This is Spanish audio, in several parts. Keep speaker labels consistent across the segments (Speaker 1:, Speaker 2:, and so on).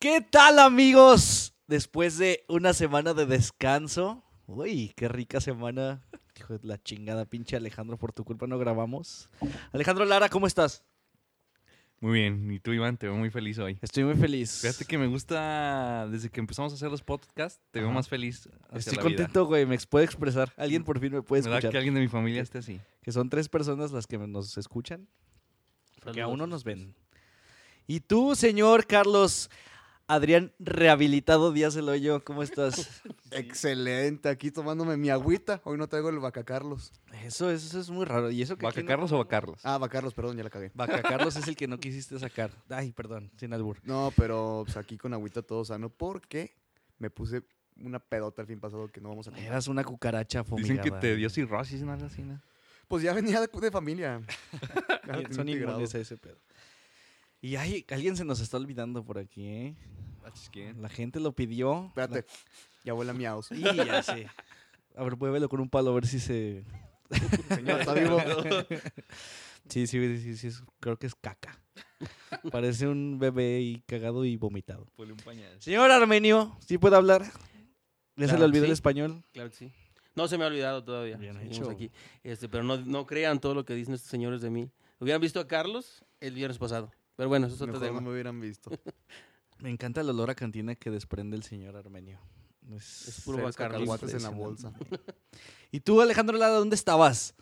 Speaker 1: ¿Qué tal amigos? Después de una semana de descanso. Uy, qué rica semana. Hijo de la chingada, pinche Alejandro, por tu culpa no grabamos. Alejandro Lara, ¿cómo estás?
Speaker 2: Muy bien, y tú Iván, te veo muy feliz hoy.
Speaker 1: Estoy muy feliz.
Speaker 2: Fíjate que me gusta, desde que empezamos a hacer los podcasts, te veo
Speaker 1: Ajá.
Speaker 2: más feliz. hacia
Speaker 1: Estoy
Speaker 2: la vida.
Speaker 1: contento, güey, me ex- puedo expresar. Alguien por fin me puede
Speaker 2: Me da
Speaker 1: escuchar.
Speaker 2: que
Speaker 1: Que,
Speaker 2: alguien de mi familia esté así.
Speaker 1: son tres personas las que nos escuchan, porque a
Speaker 2: Saludos.
Speaker 1: uno nos ven. Y tú, señor Carlos Adrián Rehabilitado Díaz El Hoyo, ¿cómo estás?
Speaker 3: Excelente, aquí tomándome mi agüita. Hoy no traigo el Bacacarlos.
Speaker 1: Eso, eso, es muy raro. ¿Y eso que aquí
Speaker 2: ¿Vaca
Speaker 1: no-
Speaker 2: Carlos o Bacarlos?
Speaker 3: Ah, Bacarlos, perdón, ya la cagué.
Speaker 1: Vaca Carlos es el que no quisiste sacar. Ay, perdón, sin albur.
Speaker 3: No, pero pues, aquí con agüita todo sano porque me puse una pedota el fin pasado que no vamos a tener.
Speaker 1: Eras una cucaracha
Speaker 2: Dicen
Speaker 1: fumigada.
Speaker 2: que te dio cirrosis, ¿no? Algo así, ¿no?
Speaker 3: Pues ya venía de, de familia. Ya
Speaker 1: Bien,
Speaker 3: tenía
Speaker 1: Son
Speaker 3: integrado.
Speaker 1: inmunes eh. a ese pedo. Y hay, alguien se nos está olvidando por aquí, ¿eh? La gente lo pidió.
Speaker 3: Espérate, ya huele a miaos.
Speaker 1: Y ya sé. A ver, muévelo con un palo a ver si se.
Speaker 3: Señor, está vivo.
Speaker 1: Sí, sí, sí, sí, sí, es- creo que es caca. Parece un bebé y cagado y vomitado.
Speaker 2: Ponle un pañal.
Speaker 1: Señor Armenio, ¿sí puede hablar? ¿Ya se
Speaker 4: Claro
Speaker 1: le
Speaker 4: que
Speaker 1: olvidó el
Speaker 4: sí.
Speaker 1: español?
Speaker 4: Claro que sí. No se me ha olvidado todavía.
Speaker 1: Bien
Speaker 4: Seguimos
Speaker 1: hecho.
Speaker 4: aquí. Este, pero no, no crean todo lo que dicen estos señores de mí. Hubieran visto a Carlos el viernes pasado. Pero bueno, eso es otro
Speaker 3: Mejor no
Speaker 4: tema.
Speaker 3: me hubieran visto.
Speaker 1: Me encanta el olor a cantina que desprende el señor Armenio. Es,
Speaker 4: Es puro
Speaker 3: Tres
Speaker 4: Bacarlos.
Speaker 3: cacahuates en la bolsa.
Speaker 1: ¿Y tú, Alejandro Lara, dónde estabas?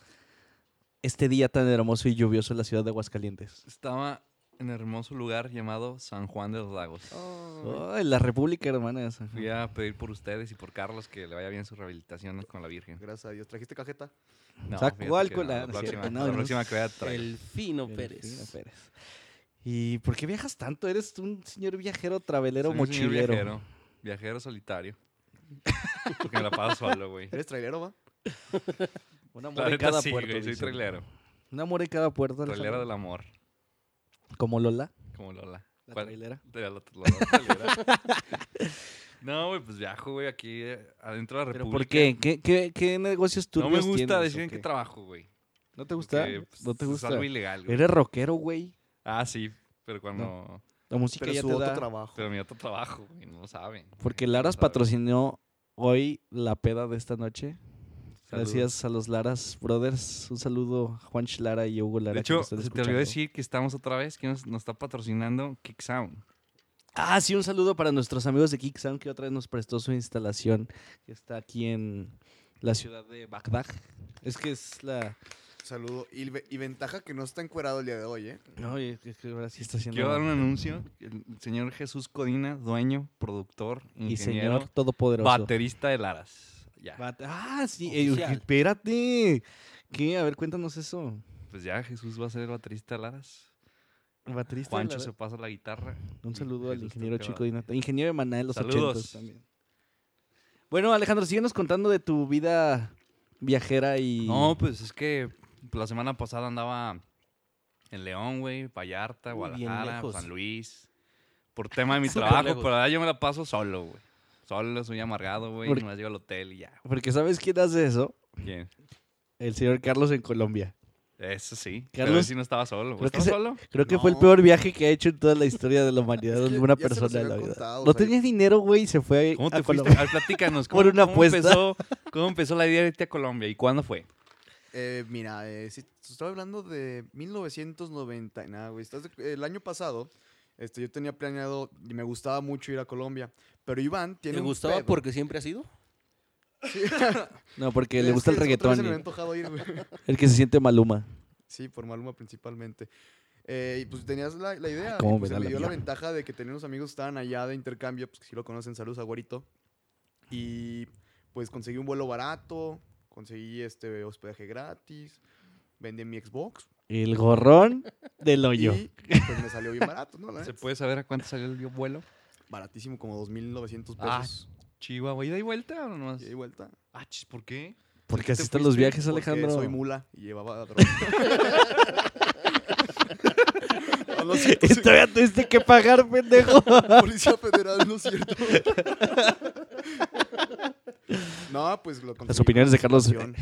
Speaker 1: Este día tan hermoso y lluvioso en la ciudad de Aguascalientes.
Speaker 2: Estaba en el hermoso lugar llamado San Juan de los Lagos.
Speaker 1: Oh. Ay, la República Hermana de San Juan.
Speaker 2: Fui a pedir por ustedes y por Carlos que le vaya bien su rehabilitación con la Virgen.
Speaker 3: Gracias a Dios. ¿Trajiste cajeta?
Speaker 2: No,
Speaker 1: Saco
Speaker 2: fíjate
Speaker 1: algo,
Speaker 2: que
Speaker 1: la-
Speaker 2: La
Speaker 1: no es cierto,
Speaker 2: próxima-
Speaker 1: no,
Speaker 2: la
Speaker 1: no.
Speaker 2: próxima que voy a traer.
Speaker 4: El Fino Pérez.
Speaker 1: Delfina Pérez. ¿Y por qué viajas tanto? Eres un señor viajero, travelero,
Speaker 2: Soy un señor
Speaker 1: mochilero.
Speaker 2: Viajero, viajero solitario. Porque me la paso solo, güey.
Speaker 3: ¿Eres trailero, va?
Speaker 1: Un amor
Speaker 2: La
Speaker 1: en
Speaker 2: neta
Speaker 1: cada
Speaker 2: sí,
Speaker 1: puerto.
Speaker 2: güey, soy
Speaker 1: dicen.
Speaker 2: trailero.
Speaker 1: Un amor en cada puerto.
Speaker 2: Trailero
Speaker 1: Alejandro.
Speaker 2: del amor.
Speaker 1: Como Lola,
Speaker 2: Como Lola.
Speaker 1: la
Speaker 2: ¿Cuál?
Speaker 1: trailera.
Speaker 2: Tra- la- la- trailera. no, güey, pues viajo, güey, aquí eh, adentro de la
Speaker 1: ¿Pero
Speaker 2: República.
Speaker 1: por qué? ¿Qué, qué, qué negocios tú
Speaker 2: No me gusta decir en qué trabajo, güey.
Speaker 1: ¿No te gusta?
Speaker 2: porque, pues,
Speaker 1: ¿No te gusta?
Speaker 2: Es algo ilegal, güey.
Speaker 1: Eres rockero, güey.
Speaker 2: Ah, sí, pero cuando...
Speaker 1: La música
Speaker 3: Pero
Speaker 1: ya
Speaker 3: su
Speaker 1: te
Speaker 3: otro
Speaker 1: da.
Speaker 3: trabajo.
Speaker 2: Pero mi otro trabajo, güey, no lo saben.
Speaker 1: Porque
Speaker 2: No
Speaker 1: Laras
Speaker 2: saben.
Speaker 1: patrocinó hoy la peda de esta noche.
Speaker 2: Saludos.
Speaker 1: Gracias a los Laras Brothers. Un saludo a Juan Lara y Hugo Lara. que
Speaker 2: De hecho,
Speaker 1: nos
Speaker 2: se
Speaker 1: están
Speaker 2: te
Speaker 1: escuchando.
Speaker 2: olvidó decir que estamos otra vez, que nos, nos está patrocinando Kick Sound.
Speaker 1: Ah, sí, un saludo para nuestros amigos de Kicksound que otra vez nos prestó su instalación que está aquí en la ciudad de Bagdad. Es que es la.
Speaker 3: Saludo. Y, ve- y ventaja que no está encuerado el día de hoy, ¿eh?
Speaker 1: No, es que es que ahora sí está haciendo.
Speaker 2: Quiero dar un anuncio. El señor Jesús Codina, dueño, productor,
Speaker 1: Y
Speaker 2: ingeniero,
Speaker 1: señor todopoderoso.
Speaker 2: baterista de Laras. Ya.
Speaker 1: Bate- Ah, sí. eh,
Speaker 4: Oficial.
Speaker 1: espérate. ¿Qué? A ver, cuéntanos eso.
Speaker 2: Pues ya Jesús va a ser el baterista de Laras.
Speaker 1: Baterista. de
Speaker 2: Juancho
Speaker 1: la-
Speaker 2: se pasa la guitarra.
Speaker 1: Un saludo al
Speaker 2: Jesús
Speaker 1: ingeniero
Speaker 2: toca
Speaker 1: Chico Dinata. Ingeniero Emanuel de los
Speaker 2: Saludos.
Speaker 1: 80 también. Bueno, Alejandro, síguenos contando de tu vida viajera y.
Speaker 2: No, pues es que la semana pasada andaba en León, güey, Vallarta,
Speaker 4: Uy, bien
Speaker 2: Guadalajara,
Speaker 4: lejos.
Speaker 2: San Luis. Por tema de mi
Speaker 4: Súper
Speaker 2: trabajo,
Speaker 4: lejos.
Speaker 2: pero ahora yo me la paso solo, güey. Solo, soy amargado, güey.
Speaker 1: Porque-
Speaker 2: Me llego al hotel y ya.
Speaker 1: Porque ¿sabes quién hace eso?
Speaker 2: Bien.
Speaker 1: El señor Carlos en Colombia.
Speaker 2: Eso sí. Pero
Speaker 1: Carlos-
Speaker 2: sí no estaba solo.
Speaker 1: creo
Speaker 2: güey.
Speaker 1: que
Speaker 2: ¿Estaba
Speaker 1: se-
Speaker 2: solo?
Speaker 1: Creo que fue el
Speaker 3: No.
Speaker 1: peor viaje que ha hecho en toda la historia de la humanidad
Speaker 3: Es que
Speaker 1: alguna
Speaker 3: ya se los
Speaker 1: persona de la
Speaker 3: había
Speaker 1: vida.
Speaker 3: contado,
Speaker 1: no
Speaker 3: o sea,
Speaker 1: tenía dinero, güey, y se fue a,
Speaker 2: ¿Cómo te
Speaker 1: a
Speaker 2: fuiste?
Speaker 1: Colombia.
Speaker 2: A ver, platícanos.
Speaker 1: Por una
Speaker 2: cómo
Speaker 1: apuesta.
Speaker 2: empezó- ¿Cómo empezó la idea de irte a Colombia y cuándo fue?
Speaker 3: Eh, mira, eh, si estoy hablando de 1990, y nada, güey. estás de- el año pasado, este, yo tenía planeado y me gustaba mucho ir a Colombia, pero Iván tiene
Speaker 4: ¿Te
Speaker 3: un
Speaker 4: gustaba
Speaker 3: pedo.
Speaker 4: porque siempre ha sido?
Speaker 3: Sí.
Speaker 1: No, porque
Speaker 3: Es
Speaker 1: le gusta el
Speaker 3: que otra vez se me había
Speaker 1: reggaetón.
Speaker 3: antojado ir, güey.
Speaker 1: El que se siente maluma.
Speaker 3: Sí, por Maluma principalmente. Eh, y pues tenías la, la idea.
Speaker 1: cómo
Speaker 3: y,
Speaker 1: me
Speaker 3: pues, se
Speaker 1: da
Speaker 3: me
Speaker 1: la
Speaker 3: dio la
Speaker 1: mierda.
Speaker 3: ventaja de que tenía unos amigos que estaban allá de intercambio, pues que si lo conocen, saludos a Guarito. Y pues conseguí un vuelo barato, conseguí este hospedaje gratis, vendí mi Xbox.
Speaker 1: El gorrón del hoyo.
Speaker 3: Y pues me salió bien barato, ¿no? La
Speaker 2: ¿Se
Speaker 3: neta.
Speaker 2: puede saber a cuánto salió el vuelo?
Speaker 3: Baratísimo, como 2.900
Speaker 2: Ah,
Speaker 3: pesos.
Speaker 2: Chihuahua, ¿ida y vuelta o nomás?
Speaker 3: y ahí vuelta.
Speaker 2: Ah, chis, ¿por qué?
Speaker 1: Porque
Speaker 2: ¿Te
Speaker 1: así están
Speaker 2: fuiste?
Speaker 1: los viajes,
Speaker 3: Porque
Speaker 1: Alejandro.
Speaker 3: soy mula y llevaba droga. No, no es cierto,
Speaker 1: Y Todavía tuviste que pagar, pendejo.
Speaker 3: Policía Federal, no es cierto. no, pues lo conseguí. pues,
Speaker 1: Las opiniones de Carlos
Speaker 3: Pasión.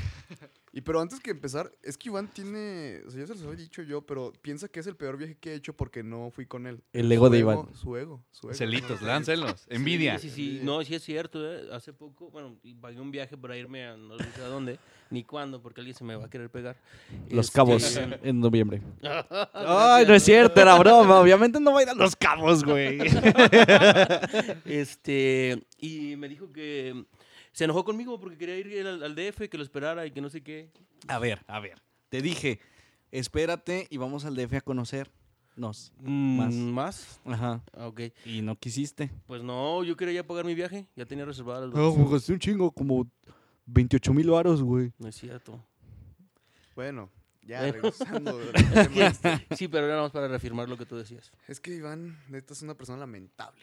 Speaker 3: Y pero antes que empezar, es que Iván tiene, o sea, yo se los había dicho yo, pero piensa que es el peor viaje que he hecho porque no fui con él.
Speaker 1: El ego
Speaker 3: Su
Speaker 1: de Iván.
Speaker 3: Su ego, su ego.
Speaker 2: Celitos, láncelos. Envidia.
Speaker 4: Sí, sí, sí. No, sí es cierto. ¿eh? Hace poco, bueno, y pagué un viaje para irme a no sé a dónde, ni cuándo, porque alguien se me va a querer pegar.
Speaker 1: Los
Speaker 4: Este,
Speaker 1: Cabos en noviembre. Ay, no es cierto, era broma. Obviamente no va a ir a Los Cabos, güey.
Speaker 4: Este, y me dijo que se enojó conmigo porque quería ir él al, al DF, que lo esperara y que no sé qué.
Speaker 1: A ver, a ver. Te dije, espérate y vamos al DF a conocernos.
Speaker 4: ¿Más?
Speaker 1: Más.
Speaker 4: ¿Más?
Speaker 1: Ajá.
Speaker 4: Ah, ok.
Speaker 1: Y no quisiste.
Speaker 4: Pues no, yo quería ya pagar mi viaje. Ya tenía reservada las
Speaker 1: No,
Speaker 4: vacaciones.
Speaker 1: gasté un chingo, como 28 mil varos, güey.
Speaker 4: No es cierto.
Speaker 3: Bueno, ya
Speaker 4: Bueno.
Speaker 3: regresando. del tema este.
Speaker 4: Sí, pero era nada más para reafirmar lo que tú decías.
Speaker 3: es que Iván, neta, es una persona lamentable.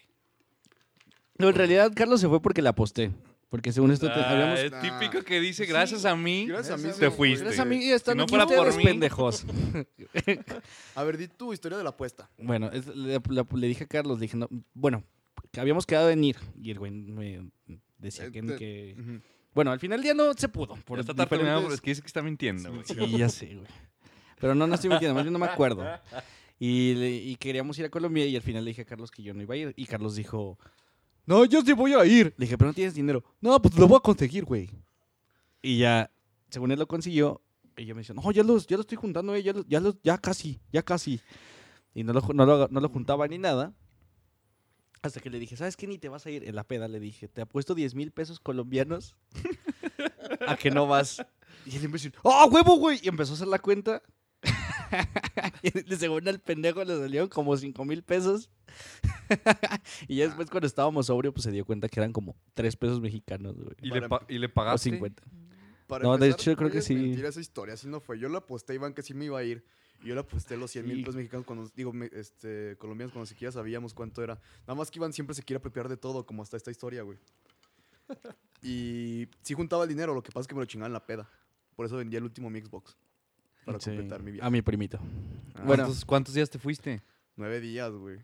Speaker 1: No, en realidad Carlos se fue porque le aposté. Porque según esto te,
Speaker 2: Ah,
Speaker 1: habíamos...
Speaker 2: es típico que dice, gracias a mí,
Speaker 3: Gracias a mí.
Speaker 2: te
Speaker 3: se-
Speaker 2: fuiste.
Speaker 1: Eres a mí y están
Speaker 2: Si no
Speaker 1: aquí
Speaker 2: fuera por
Speaker 1: ustedes,
Speaker 2: mí.
Speaker 1: pendejos.
Speaker 3: A ver, di tu historia de la apuesta.
Speaker 1: Bueno, es- le, le- le dije a Carlos, le dije, no, bueno, que habíamos quedado en ir. Y el güey me decía
Speaker 3: Eh,
Speaker 1: que,
Speaker 3: te-
Speaker 1: que-
Speaker 3: Ujú.
Speaker 1: Bueno, al final del día no se pudo.
Speaker 2: Por
Speaker 1: Por
Speaker 2: está tartamudeado,
Speaker 1: diferentes-
Speaker 2: es que dice que está mintiendo, güey.
Speaker 1: Sí, ya sé, güey. Pero no, no estoy mintiendo, más bien no me acuerdo. Y, le- y queríamos ir a Colombia y al final le dije a Carlos que yo no iba a ir. Y Carlos dijo, no, yo sí voy a ir. Le dije, pero no tienes dinero. No, pues lo voy a conseguir, güey. Y ya, según él lo consiguió, ella me dice, no, ya los, ya lo estoy juntando, eh, ya, los- ya, los- ya casi, ya casi. Y no lo, ju- no, lo, no lo juntaba ni nada. Hasta que le dije, ¿sabes qué? Ni te vas a ir. En la peda le dije, te apuesto 10 mil pesos colombianos a que no vas. Y el imbécil, ¡ah, huevo, güey! Y empezó a hacer la cuenta. y de según al pendejo le salieron como 5 mil pesos. y ya después cuando estábamos sobrio, pues se dio cuenta que eran como 3 pesos mexicanos, güey.
Speaker 2: Y le,
Speaker 3: Para-
Speaker 2: pa- y le
Speaker 1: O
Speaker 2: pagaste.
Speaker 1: 50.
Speaker 3: Para
Speaker 1: No, de
Speaker 3: empezar,
Speaker 1: hecho, creo que
Speaker 3: puedes
Speaker 1: sí.
Speaker 3: mentir esa historia, así no fue. Yo la aposté, Iván, que sí me iba a ir. Y yo le aposté los 100 mil
Speaker 1: Sí.
Speaker 3: pesos mexicanos, cuando, digo, me- este, colombianos, cuando siquiera sabíamos cuánto era. Nada más que Iván siempre se quiere apropiar de todo, como hasta esta historia, güey. Y sí juntaba el dinero, lo que pasa es que me lo chingaban la peda. Por eso vendí el último mi Xbox. Para
Speaker 1: Sí,
Speaker 3: completar mi viaje.
Speaker 1: A mi primito.
Speaker 3: Ah,
Speaker 1: bueno.
Speaker 2: ¿Cuántos, cuántos días te fuiste?
Speaker 3: Nueve días, güey.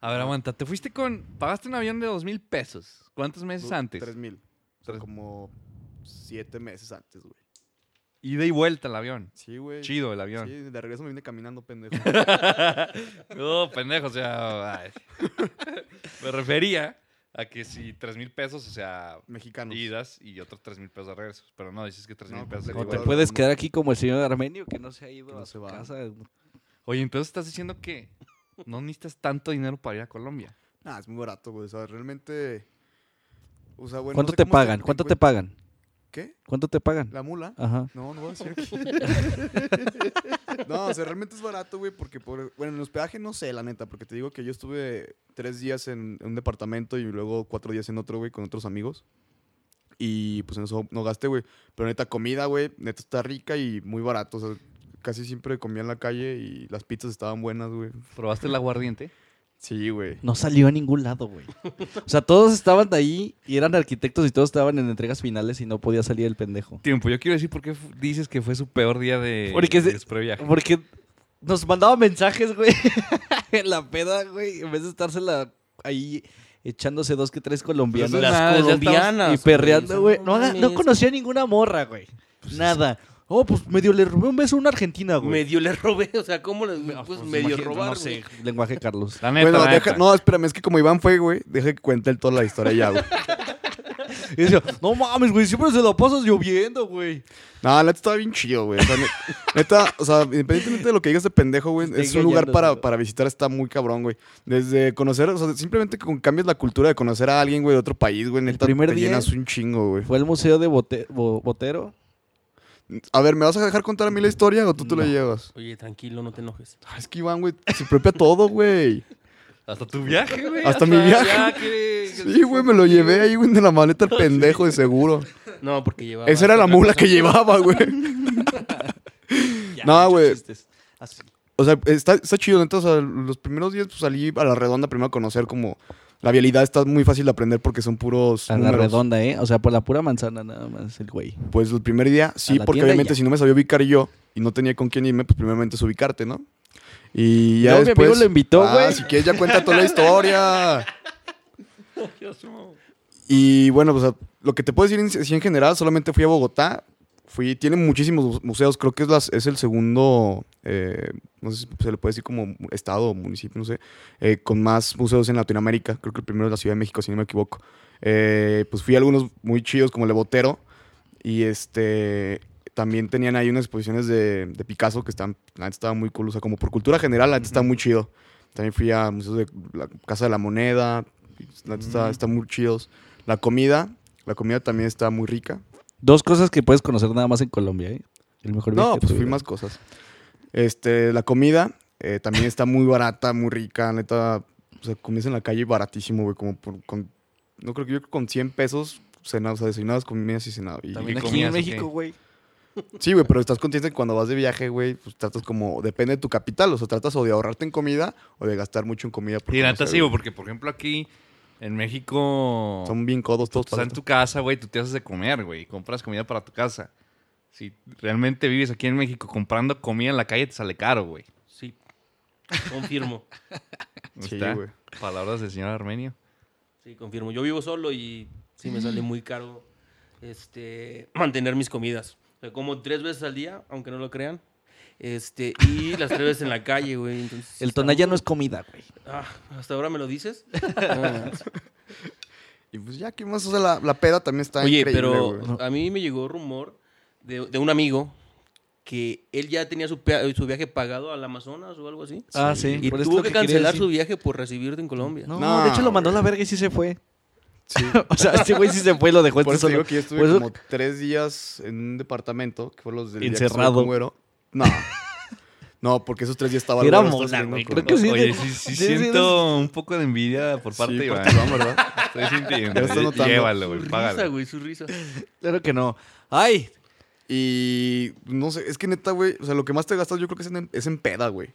Speaker 2: A
Speaker 1: Ah.
Speaker 2: ver, aguanta. Te fuiste con. Pagaste un avión de dos mil pesos. ¿Cuántos meses
Speaker 3: Du-
Speaker 2: antes?
Speaker 3: Tres mil. O sea,
Speaker 2: Tres-
Speaker 3: como siete meses antes, güey.
Speaker 2: Ida y vuelta el avión.
Speaker 3: Sí, güey.
Speaker 2: Chido el
Speaker 3: Sí,
Speaker 2: avión.
Speaker 3: de regreso me vine caminando, pendejo.
Speaker 2: No, pendejo, o sea. ay. Me refería a que si tres mil pesos, o sea,
Speaker 3: Mexicanos.
Speaker 2: idas y otros tres mil pesos de regreso. Pero no, dices que tres mil
Speaker 3: No,
Speaker 2: pesos de
Speaker 3: no
Speaker 1: O
Speaker 2: ida y
Speaker 3: te
Speaker 1: te
Speaker 2: vuelta.
Speaker 1: puedes quedar aquí como el señor Armenio que no se ha
Speaker 3: Que
Speaker 1: ido
Speaker 3: no
Speaker 1: a
Speaker 3: se
Speaker 1: su
Speaker 3: va.
Speaker 1: casa.
Speaker 2: Oye, entonces estás diciendo que no necesitas tanto dinero para ir a Colombia.
Speaker 3: Nah, es muy barato, güey. O sea, realmente. O sea, bueno, no
Speaker 1: ¿Cuánto
Speaker 3: sé
Speaker 1: te
Speaker 3: cómo se-
Speaker 1: pagan? ¿Cuánto te
Speaker 3: encuent-
Speaker 1: pagan?
Speaker 3: ¿Qué?
Speaker 1: ¿Cuánto te pagan?
Speaker 3: ¿La mula?
Speaker 1: Ajá.
Speaker 3: No, no voy a decir aquí. no, o sea, realmente es barato, güey, porque por. Bueno, en hospedaje no sé, la neta, porque te digo que yo estuve tres días en, en un departamento y luego cuatro días en otro, güey, con otros amigos. Y pues en eso no gasté, güey. Pero neta, comida, güey, neta está rica y muy barato. O sea, casi siempre comía en la calle y las pizzas estaban buenas, güey.
Speaker 2: ¿Probaste el aguardiente?
Speaker 3: Sí, güey.
Speaker 1: No salió a ningún lado, güey. O sea, todos estaban de ahí y eran arquitectos y todos estaban en entregas finales y no podía salir el pendejo.
Speaker 2: Tiempo, yo quiero decir por qué fu- dices que fue su peor día de,
Speaker 1: Porque es de-
Speaker 2: de su previaje.
Speaker 1: Porque nos mandaba mensajes, güey. en la peda, güey. En vez de estársela ahí echándose dos que tres colombianos.
Speaker 2: Las nada, ya estamos-
Speaker 1: y perreando, güey. No, haga- no conocía ninguna morra, güey. Nada. Oh, pues medio le robé un beso a una argentina, güey.
Speaker 4: Medio le robé, o sea, ¿cómo le
Speaker 1: Ah,
Speaker 4: pues,
Speaker 1: pues,
Speaker 4: medio
Speaker 1: imagínate,
Speaker 4: robar?
Speaker 1: No sé, lenguaje Carlos.
Speaker 2: La neta,
Speaker 3: bueno,
Speaker 2: la
Speaker 3: deja,
Speaker 2: neta.
Speaker 3: no, espérame, es que como Iván fue, güey, deja que cuente él toda la historia ya, güey.
Speaker 1: Y decía, no mames, güey, siempre se la pasas lloviendo, güey.
Speaker 3: No, la neta estaba bien chido, güey. O sea, ne- neta, o sea, independientemente de lo que digas de pendejo, güey, es
Speaker 1: Sigue
Speaker 3: un lugar
Speaker 1: yendo,
Speaker 3: para,
Speaker 1: sigue.
Speaker 3: para visitar, está muy cabrón, güey. Desde conocer, o sea, simplemente con cambias la cultura de conocer a alguien, güey, de otro país, güey, neta,
Speaker 1: primer
Speaker 3: te
Speaker 1: día-
Speaker 3: llenas un chingo, güey.
Speaker 1: Fue al museo de Bote- Bo- Botero.
Speaker 3: A ver, ¿me vas a dejar contar a mí la historia o tú te la
Speaker 1: No.
Speaker 3: llevas?
Speaker 4: Oye, tranquilo, no te enojes.
Speaker 3: Ah, Es que Iván, güey, se propia todo, güey.
Speaker 2: Hasta tu viaje, güey.
Speaker 3: Hasta mi viaje.
Speaker 2: ya que-
Speaker 3: Sí, güey, me lo llevé ahí, güey, de la maleta al pendejo, de seguro.
Speaker 4: No, porque llevaba.
Speaker 3: Esa era la
Speaker 4: otra
Speaker 3: mula
Speaker 4: cosa.
Speaker 3: que llevaba, güey.
Speaker 1: Ya,
Speaker 3: No,
Speaker 1: muchos
Speaker 3: güey.
Speaker 1: chistes. Así.
Speaker 3: O sea, está, está chido, neta. O sea, los primeros días pues, salí a la redonda primero a conocer como... La vialidad está muy fácil de aprender porque son puros
Speaker 1: A la
Speaker 3: números.
Speaker 1: redonda, ¿eh? O sea, por la pura manzana nada más, el güey.
Speaker 3: Pues el primer día, sí,
Speaker 1: la
Speaker 3: porque
Speaker 1: tienda y
Speaker 3: obviamente
Speaker 1: ya.
Speaker 3: si no me sabía ubicar yo y no tenía con quién irme, pues primeramente es ubicarte, ¿no? Y ya
Speaker 1: No, mi
Speaker 3: después...
Speaker 1: amigo lo invitó,
Speaker 3: Ah,
Speaker 1: güey.
Speaker 3: si quieres ya cuenta toda la historia. Y bueno, pues o sea, lo que te puedo decir en, así en general, solamente fui a Bogotá, Fui, tiene muchísimos mu- museos, creo que es, las, es el segundo, eh, no sé si se le puede decir como mu- estado o municipio, no sé, eh, con más museos en Latinoamérica. Creo que el primero es la Ciudad de México, si no me equivoco. Eh, pues fui a algunos muy chidos, como el de Botero, y este, también tenían ahí unas exposiciones de, de Picasso que están, la neta estaba muy cool, o sea, como por cultura general, la neta está muy chido. También fui a museos de la Casa de la Moneda, la neta está, está muy chidos. La comida, la comida también está muy rica.
Speaker 1: Dos cosas que puedes conocer nada más en Colombia, ¿eh? El mejor viaje
Speaker 3: No,
Speaker 1: de
Speaker 3: pues
Speaker 1: tu
Speaker 3: fui
Speaker 1: vida.
Speaker 3: más cosas. Este, la comida eh, también está muy barata, muy rica, neta. O sea, comías en la calle baratísimo, güey, como por, con, no creo que yo creo que con 100 pesos cenados, o sea, desayunabas, comías y cenado. Y-
Speaker 1: También
Speaker 2: ¿Y
Speaker 1: aquí
Speaker 2: comías
Speaker 1: en
Speaker 2: o
Speaker 1: México,
Speaker 2: qué?
Speaker 1: güey.
Speaker 3: Sí, güey, pero estás consciente que cuando vas de viaje, güey, pues tratas como, depende de tu capital, o sea, tratas o de ahorrarte en comida o de gastar mucho en comida. porque
Speaker 2: Y
Speaker 3: no
Speaker 2: la neta
Speaker 3: sé,
Speaker 2: sí,
Speaker 3: güey,
Speaker 2: güey, porque por ejemplo aquí en México.
Speaker 3: Son bien codos todos.
Speaker 2: Estás Pues, en
Speaker 3: para-
Speaker 2: tu casa, güey, tú te haces de comer, güey, y compras comida para tu casa. Si realmente vives aquí en México comprando comida en la calle, te sale caro, güey.
Speaker 4: Sí. Confirmo.
Speaker 2: ¿No
Speaker 3: Sí,
Speaker 2: está?
Speaker 3: güey.
Speaker 2: Palabras del señor Armenio.
Speaker 4: Sí, confirmo. Yo vivo solo y sí me sale muy caro este, mantener mis comidas. O sea, como tres veces al día, aunque no lo crean. Este, y las tres veces en la calle, güey. Entonces, sí
Speaker 1: El
Speaker 4: está
Speaker 1: tonalla no
Speaker 4: muy-
Speaker 1: es comida, güey.
Speaker 4: Ah, hasta ahora me lo dices. Ah,
Speaker 3: Y pues ya, ¿qué más? O sea, la, la peda también está
Speaker 4: Oye,
Speaker 3: increíble,
Speaker 4: pero
Speaker 3: güey.
Speaker 4: a mí me llegó rumor de, de un amigo que él ya tenía su, pea- su viaje pagado al Amazonas o algo así.
Speaker 1: Ah, sí.
Speaker 4: Y
Speaker 1: por eso
Speaker 4: tuvo
Speaker 1: lo
Speaker 4: que,
Speaker 1: quería
Speaker 4: cancelar
Speaker 1: decir.
Speaker 4: su viaje por recibirte en Colombia.
Speaker 1: No,
Speaker 3: No,
Speaker 1: de hecho lo mandó a la verga y sí se fue. o sea, este güey sí se fue y lo dejó
Speaker 3: Por
Speaker 1: este
Speaker 3: eso
Speaker 1: solo.
Speaker 3: Pues te digo que yo estuve
Speaker 1: Por eso-
Speaker 3: como tres días en un departamento, que fue los del día que
Speaker 1: Encerrado.
Speaker 3: estuve con Güero. No. No, porque esos tres días estaba
Speaker 1: Era
Speaker 3: Güero, estaba
Speaker 1: mona,
Speaker 3: saliendo
Speaker 1: güey,
Speaker 3: con-
Speaker 1: creo que sí.
Speaker 2: Oye, sí,
Speaker 1: Sí,
Speaker 2: sí
Speaker 1: sí,
Speaker 2: siento un poco de envidia por parte
Speaker 3: Sí,
Speaker 2: de Iván.
Speaker 3: parte de Iván, ¿verdad?
Speaker 2: Estoy sintiendo.
Speaker 3: Ya estoy notando.
Speaker 2: Llévalo,
Speaker 4: Su
Speaker 2: güey,
Speaker 4: risa,
Speaker 2: págalo.
Speaker 4: güey, su risa.
Speaker 1: Claro que no. Ay,
Speaker 3: Y no sé, es que neta, güey, o sea, lo que más te gastas yo creo que es en, es en peda, güey.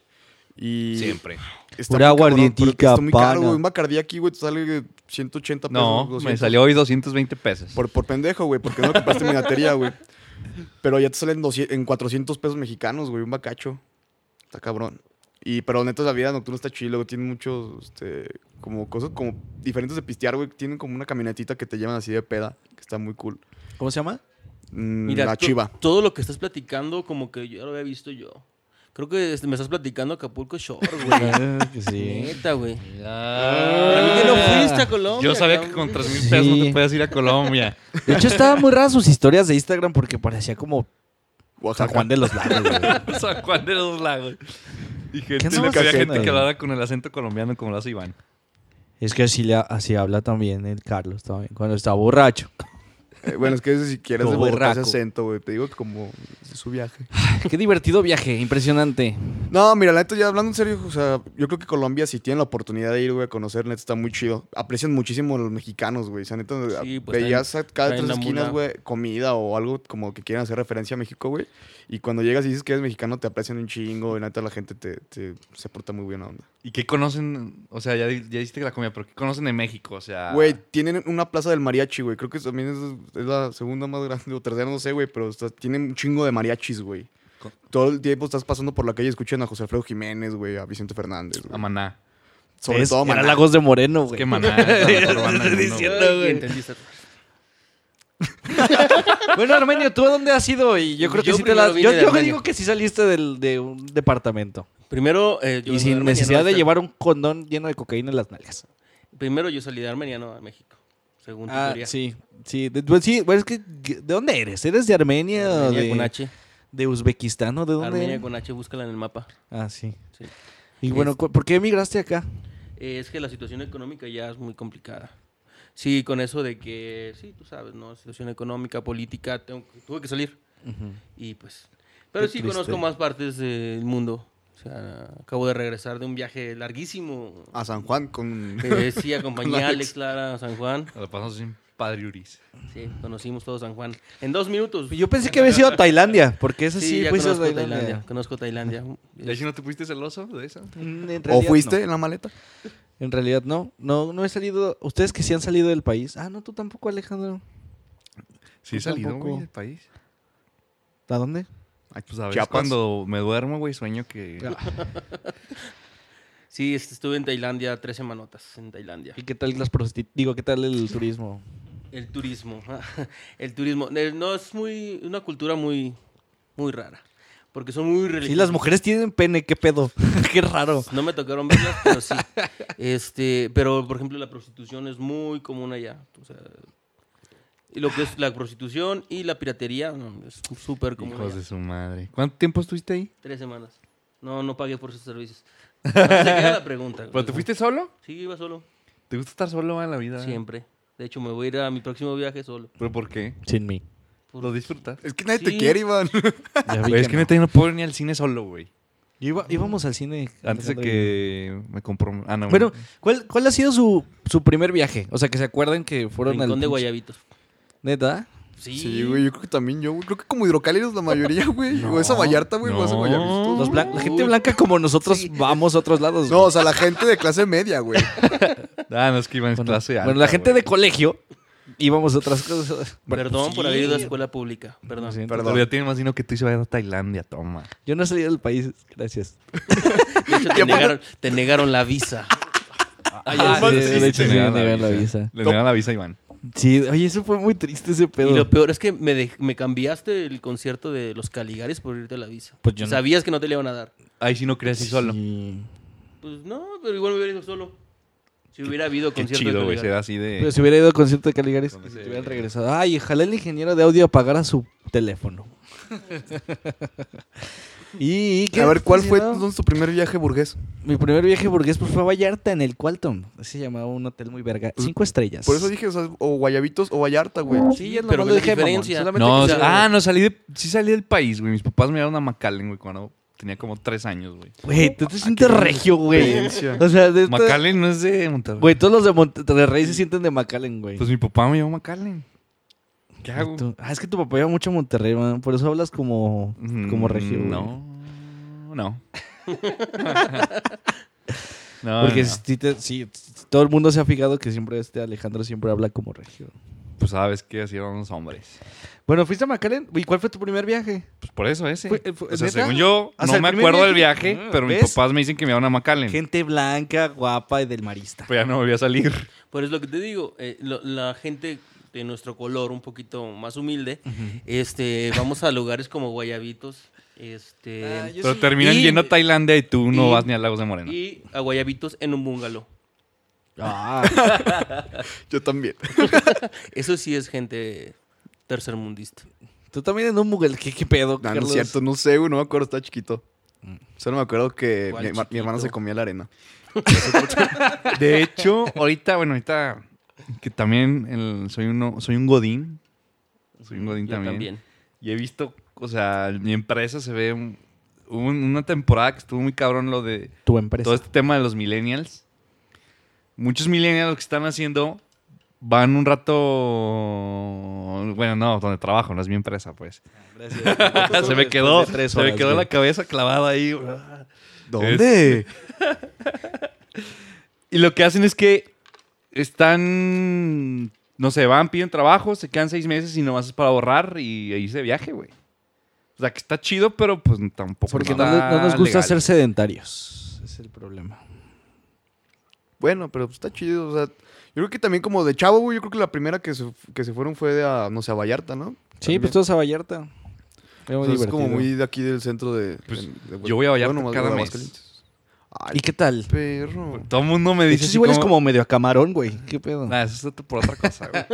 Speaker 3: Y
Speaker 2: Siempre.
Speaker 1: Pura
Speaker 3: está muy cabrón, pero
Speaker 1: aguardientica,
Speaker 3: está muy caro,
Speaker 1: pana.
Speaker 3: güey. Un bacardí aquí, güey, te sale 180 pesos.
Speaker 2: No,
Speaker 3: 200.
Speaker 2: me salió hoy 220 pesos.
Speaker 3: Por, por pendejo, güey, porque no lo compraste en minatería, güey. Pero ya te salen 200 en 400 pesos mexicanos, güey, un bacacho. Está cabrón. Y, pero neta, la vida nocturna está chilo, tiene muchos, este, como cosas como diferentes de pistear, güey. Tienen como una camionetita que te llevan así de peda, que está muy cool.
Speaker 1: ¿cómo se llama?
Speaker 3: Mm,
Speaker 4: Mira,
Speaker 3: la
Speaker 4: to-
Speaker 3: chiva.
Speaker 4: Todo lo que estás platicando, como que yo lo había visto yo. Creo que este, me estás platicando Acapulco Shore, güey.
Speaker 1: Claro que sí.
Speaker 4: Neta, güey.
Speaker 2: Ah.
Speaker 4: Para mí que no fuiste a Colombia.
Speaker 2: Yo sabía que
Speaker 4: cabrón.
Speaker 2: con 3 mil pesos no
Speaker 1: Sí.
Speaker 2: te puedes ir a Colombia.
Speaker 1: De hecho, estaban muy raras sus historias de Instagram porque parecía como San
Speaker 3: Oaxaca.
Speaker 1: Juan de los Lagos, güey.
Speaker 2: San Juan de los Lagos. Y gente,
Speaker 1: andabas
Speaker 2: que había
Speaker 1: haciendo
Speaker 2: gente que
Speaker 1: ahí?
Speaker 2: hablaba con el acento colombiano como lo hace Iván.
Speaker 1: Es que así, le- así habla también el Carlos, también, cuando está borracho.
Speaker 3: Eh, bueno, es que ese si quieres de
Speaker 1: Como
Speaker 3: Bogotá ese
Speaker 1: berraco.
Speaker 3: acento, güey. Te digo que como es su viaje.
Speaker 1: Qué divertido viaje, impresionante.
Speaker 3: No, mira, la neta, ya hablando en serio, o sea, yo creo que Colombia, si tienen la oportunidad de ir, güey, a conocer, neta, está muy chido. Aprecian muchísimo a los mexicanos, güey. O sea, neta,
Speaker 4: Sí, pues,
Speaker 3: veías a cada
Speaker 4: traen
Speaker 3: tres
Speaker 4: la
Speaker 3: esquinas,
Speaker 4: mula.
Speaker 3: güey, comida o algo como que quieran hacer referencia a México, güey. Y cuando llegas y dices que eres mexicano, te aprecian un chingo, y neta, la gente te, te- se porta muy buena onda.
Speaker 2: ¿Y qué conocen? O sea, ya, di- ya dijiste que la comida, pero ¿qué conocen de México? O
Speaker 4: Ah.
Speaker 2: sea,
Speaker 3: Güey, tienen una plaza del mariachi, güey. Creo que también es, es la segunda más grande o tercera, no sé, güey, pero está- tienen un chingo de mariachis, güey.
Speaker 2: Co-
Speaker 3: Todo el tiempo estás pasando por la calle y escuchan a José Alfredo Jiménez, güey, a Vicente Fernández,
Speaker 2: a
Speaker 3: güey.
Speaker 2: Maná.
Speaker 3: Sobre
Speaker 1: Es-
Speaker 3: todo a
Speaker 1: era
Speaker 3: Maná.
Speaker 1: Lagos de Moreno, güey.
Speaker 2: ¿Qué Maná? es la mejor banda del mundo,
Speaker 4: Ay,
Speaker 1: diciendo, güey.
Speaker 4: entendiste.
Speaker 1: Bueno, Armenio, ¿tú a dónde has ido? Y yo creo que
Speaker 4: Pues
Speaker 1: sí
Speaker 4: Yo
Speaker 1: te la...
Speaker 4: primero vine
Speaker 1: Yo,
Speaker 4: de
Speaker 1: yo
Speaker 4: Armenio.
Speaker 1: digo que sí saliste del- de un departamento.
Speaker 4: Primero, eh, yo-
Speaker 1: y sin
Speaker 4: Armenia,
Speaker 1: necesidad
Speaker 4: no,
Speaker 1: de
Speaker 4: este-
Speaker 1: llevar un condón lleno de cocaína en las nalgas.
Speaker 4: Primero yo salí de Armenia, no, a México. Según tu
Speaker 1: Ah,
Speaker 4: teoría.
Speaker 1: sí. Sí, de- pues sí, bueno, es que ¿de dónde eres? ¿Eres de Armenia, o
Speaker 4: Armenia
Speaker 1: de,
Speaker 4: con H.
Speaker 1: de Uzbekistán o de dónde?
Speaker 4: Armenia
Speaker 1: eres?
Speaker 4: con H, búscala en el mapa.
Speaker 1: Ah, sí.
Speaker 4: Sí.
Speaker 1: Y bueno,
Speaker 4: Este-
Speaker 1: cu- ¿por qué emigraste acá?
Speaker 4: Eh, es que la situación económica ya es muy complicada. Sí, con eso de que, sí, tú sabes, ¿no? Situación económica, política, tengo que- tuve que salir. Y pues. Pero
Speaker 1: Qué
Speaker 4: sí
Speaker 1: triste.
Speaker 4: conozco más partes del mundo. O sea, acabo de regresar de un viaje larguísimo.
Speaker 1: Ah.
Speaker 3: A San Juan con...
Speaker 4: Eh, sí, acompañé a
Speaker 3: Alex.
Speaker 4: Alex Lara a San Juan.
Speaker 2: Lo pasamos sin Padre Uris.
Speaker 4: Sí, conocimos todo San Juan. En dos minutos.
Speaker 1: Yo pensé que había sido a Tailandia, porque eso sí,
Speaker 4: ya
Speaker 1: fuiste a
Speaker 4: conozco
Speaker 1: Tailandia.
Speaker 4: Conozco Tailandia.
Speaker 2: ¿Y ahí no te pusiste celoso de eso?
Speaker 1: Mm, en
Speaker 3: ¿O
Speaker 1: realidad
Speaker 3: fuiste
Speaker 1: no.
Speaker 3: en la maleta?
Speaker 1: En realidad no. No, no he salido. Ustedes que sí han salido del país. Ah, no, tú tampoco, Alejandro.
Speaker 2: Sí,
Speaker 1: Yo
Speaker 2: he salido,
Speaker 1: tampoco.
Speaker 2: güey, del país.
Speaker 1: ¿A dónde?
Speaker 2: Ay, pues a veces
Speaker 3: Chiapas.
Speaker 2: cuando me duermo, güey, sueño que...
Speaker 1: Ah,
Speaker 4: Sí, este, est- estuve en Tailandia tres semanotas en Tailandia.
Speaker 1: ¿Y qué tal las prostitutas? Digo, ¿qué tal el turismo?
Speaker 4: El turismo. El turismo. Eh, No, es muy una cultura muy, muy rara. Porque son muy religiosas.
Speaker 1: Sí, las mujeres tienen pene, qué pedo. qué raro.
Speaker 4: No me tocaron verlas, pero sí. Este, pero, por ejemplo, la prostitución es muy común allá. O sea, y lo que es la prostitución y la piratería no, es súper común.
Speaker 2: Hijos
Speaker 4: allá.
Speaker 2: de su madre. ¿Cuánto tiempo estuviste ahí?
Speaker 4: Tres semanas. No, no pagué por sus servicios. No sé qué era la pregunta. güey.
Speaker 2: ¿Pero te fuiste solo?
Speaker 4: Sí, iba solo.
Speaker 2: ¿Te gusta estar solo en la
Speaker 1: Ah.
Speaker 2: vida?
Speaker 4: Siempre. De hecho, me voy a ir a mi próximo viaje solo.
Speaker 2: ¿Pero por qué?
Speaker 1: Sin mí.
Speaker 4: Por-
Speaker 2: ¿Lo disfrutas?
Speaker 3: Es que nadie
Speaker 4: Sí.
Speaker 3: te quiere, Iván.
Speaker 1: Ya vi
Speaker 2: Güey, es
Speaker 1: que
Speaker 2: que
Speaker 1: no.
Speaker 2: neta, yo no puedo ir ni al cine solo, güey.
Speaker 1: Yo iba- íbamos al cine.
Speaker 2: Antes de
Speaker 1: Alejandro
Speaker 2: que me comprometa. Ah, no.
Speaker 1: y yo. Bueno, ¿cuál, cuál ha sido su, su primer viaje? O sea, que se acuerden que fueron al.
Speaker 4: Rincón de
Speaker 1: pinche-
Speaker 4: Guayabitos.
Speaker 1: ¿Neta?
Speaker 4: Sí.
Speaker 3: Sí, güey, yo creo que también yo, güey. Creo que como hidrocálidos la mayoría, güey. o esa Vallarta, güey, o esa
Speaker 2: no.
Speaker 3: Vallarta.
Speaker 1: Los blan- La gente blanca como nosotros vamos a otros lados.
Speaker 3: No,
Speaker 1: güey.
Speaker 3: o sea, la gente de clase media, güey.
Speaker 2: Ah, no, es que iban en
Speaker 1: bueno,
Speaker 2: clase alta,
Speaker 1: bueno, la gente
Speaker 2: güey.
Speaker 1: de colegio íbamos a otras cosas.
Speaker 4: Perdón
Speaker 3: sí.
Speaker 4: por haber ido a escuela pública.
Speaker 1: Lo
Speaker 4: Perdón.
Speaker 1: siento.
Speaker 3: Perdón.
Speaker 2: Todavía tiene más dinero que tú y se va a Tailandia, toma.
Speaker 1: Yo no he salido del país, gracias.
Speaker 4: De hecho, te, negaron, te negaron la visa.
Speaker 1: Ah,
Speaker 2: Sí,
Speaker 1: sí,
Speaker 2: sí,
Speaker 1: de hecho,
Speaker 2: le
Speaker 1: sí,
Speaker 2: negaron
Speaker 1: negaron la visa.
Speaker 2: Le negaron la visa, Iván.
Speaker 1: Sí, oye, eso fue muy triste ese
Speaker 4: Y
Speaker 1: pedo.
Speaker 4: lo peor es que me, dej- me cambiaste el concierto de los Caligares por irte a la visa.
Speaker 1: Pues yo no.
Speaker 4: Sabías que no te le iban a dar.
Speaker 2: Ahí sí no creas así solo.
Speaker 1: Sí.
Speaker 4: Pues no, pero igual me hubiera ido solo. Si hubiera habido
Speaker 2: Qué
Speaker 4: concierto
Speaker 2: chido,
Speaker 4: de
Speaker 2: güey.
Speaker 4: Caligares.
Speaker 2: Será así
Speaker 1: Pero
Speaker 2: de.
Speaker 1: si hubiera ido al concierto de Caligaris,
Speaker 2: Con
Speaker 1: que se
Speaker 2: ese-
Speaker 1: hubieran regresado. Ay, ojalá el ingeniero de audio apagara su teléfono. y ¿qué
Speaker 3: A ver, ¿cuál
Speaker 1: estás
Speaker 3: fue
Speaker 1: diciendo?
Speaker 3: entonces tu primer viaje burgués?
Speaker 1: Mi primer viaje burgués pues, fue a Vallarta en el Qualton. Se llamaba un hotel muy verga. Cinco estrellas.
Speaker 3: Pues, Por eso dije, o, sea, o Guayabitos o Vallarta, güey.
Speaker 1: Sí, ya no lo
Speaker 4: Pero ve la
Speaker 1: dije mamón,
Speaker 4: diferencia.
Speaker 1: solamente
Speaker 2: No,
Speaker 1: que-
Speaker 4: o sea-
Speaker 2: ah, no, salí de. Sí salí del país, güey. Mis papás me dieron a McAllen, güey, cuando tenía como tres años, güey.
Speaker 1: Güey, tú te sientes regio, güey.
Speaker 3: "Oh, ah, experiencia.
Speaker 1: O sea, de esta-
Speaker 2: McAllen no es de Monterrey.
Speaker 1: Este- Güey, todos los de Monterrey se sienten de Macallen, güey.
Speaker 2: Pues mi papá me llevó a McAllen. ¿Qué hago?
Speaker 1: Y tú- Ah, es que tu papá iba mucho a Monterrey, man. Por eso hablas como,
Speaker 2: Mm,
Speaker 1: como regio. güey.
Speaker 2: No. No. no.
Speaker 1: Porque
Speaker 2: no.
Speaker 1: si te- si- si todo el mundo se ha fijado que siempre este Alejandro siempre habla como regio.
Speaker 2: Pues sabes que así eran los hombres.
Speaker 1: Bueno, fuiste a Macallen. ¿Y cuál fue tu primer viaje?
Speaker 2: Pues por eso ese.
Speaker 1: Fue- fue-
Speaker 2: o sea,
Speaker 1: ¿neta?
Speaker 2: según yo,
Speaker 1: O sea,
Speaker 2: no
Speaker 1: el
Speaker 2: me
Speaker 1: primer
Speaker 2: acuerdo del
Speaker 1: viaje-
Speaker 2: viaje,
Speaker 1: Ah,
Speaker 2: pero mis
Speaker 1: ¿ves?
Speaker 2: papás me dicen que me iban a McAllen.
Speaker 1: Gente blanca, guapa y del marista.
Speaker 2: Pues ya no volví a salir.
Speaker 4: Por eso lo que te digo, eh, lo- la gente de nuestro color, un poquito más humilde, este, vamos a lugares como Guayabitos, este,
Speaker 1: Ah, yo
Speaker 2: Pero
Speaker 1: sí.
Speaker 2: terminan
Speaker 4: Y-
Speaker 2: yendo a Tailandia y tú no
Speaker 4: y-
Speaker 2: vas ni a Lagos de Moreno.
Speaker 4: y a Guayabitos en un bungalow.
Speaker 1: Ah,
Speaker 3: Yo también.
Speaker 4: Eso sí es gente tercermundista.
Speaker 1: tú también en un Mugel. ¿Qué, qué pedo,
Speaker 3: No, no es
Speaker 1: Carlos?
Speaker 3: cierto, no sé, güey, no me acuerdo, estaba chiquito. Solo me acuerdo que
Speaker 4: Mm. ¿Cuál
Speaker 3: mi, herma- mi
Speaker 4: chiquito?
Speaker 3: hermana se comía la arena.
Speaker 2: De hecho, ahorita, bueno, ahorita que también el- soy uno, soy un godín. Soy un godín
Speaker 4: Yo también.
Speaker 2: Y he visto, o sea, mi empresa se ve un- hubo un- una temporada que estuvo muy cabrón lo de
Speaker 1: Tu empresa.
Speaker 2: todo este tema de los millennials. Muchos millennials lo que están haciendo van un rato, bueno, no, donde trabajo, no es mi empresa, pues. se me quedó, se me quedó la cabeza clavada ahí.
Speaker 3: ¿Dónde?
Speaker 4: Este,
Speaker 2: Y lo que hacen es que están, no sé, van, piden trabajo, se quedan seis meses y nomás es para ahorrar y ahí se viaje, güey. O sea, que está chido, pero pues tampoco
Speaker 1: Porque no,
Speaker 2: está
Speaker 1: le- no nos gusta
Speaker 2: legal.
Speaker 1: ser sedentarios. Es el problema.
Speaker 3: Bueno, pero pues, está chido, o sea, yo creo que también como de chavo, güey, yo creo que la primera que se, que se fueron fue de a, no sé, a Vallarta, ¿no?
Speaker 1: Sí, pues todos a Vallarta. Fue muy
Speaker 3: O sea, es
Speaker 1: divertido.
Speaker 3: como muy de aquí del centro de...
Speaker 2: Pues,
Speaker 3: de- de-
Speaker 2: yo voy a Vallarta
Speaker 3: más-
Speaker 2: cada
Speaker 3: de
Speaker 2: mes.
Speaker 3: Aguascalientes. Ay,
Speaker 1: ¿Y qué tal?
Speaker 3: perro.
Speaker 2: Todo el mundo me
Speaker 1: De
Speaker 2: dice
Speaker 1: hecho,
Speaker 2: así
Speaker 1: sí hueles como medio a camarón, güey. ¿Qué pedo?
Speaker 2: Nah, eso es otro- por otra cosa, güey.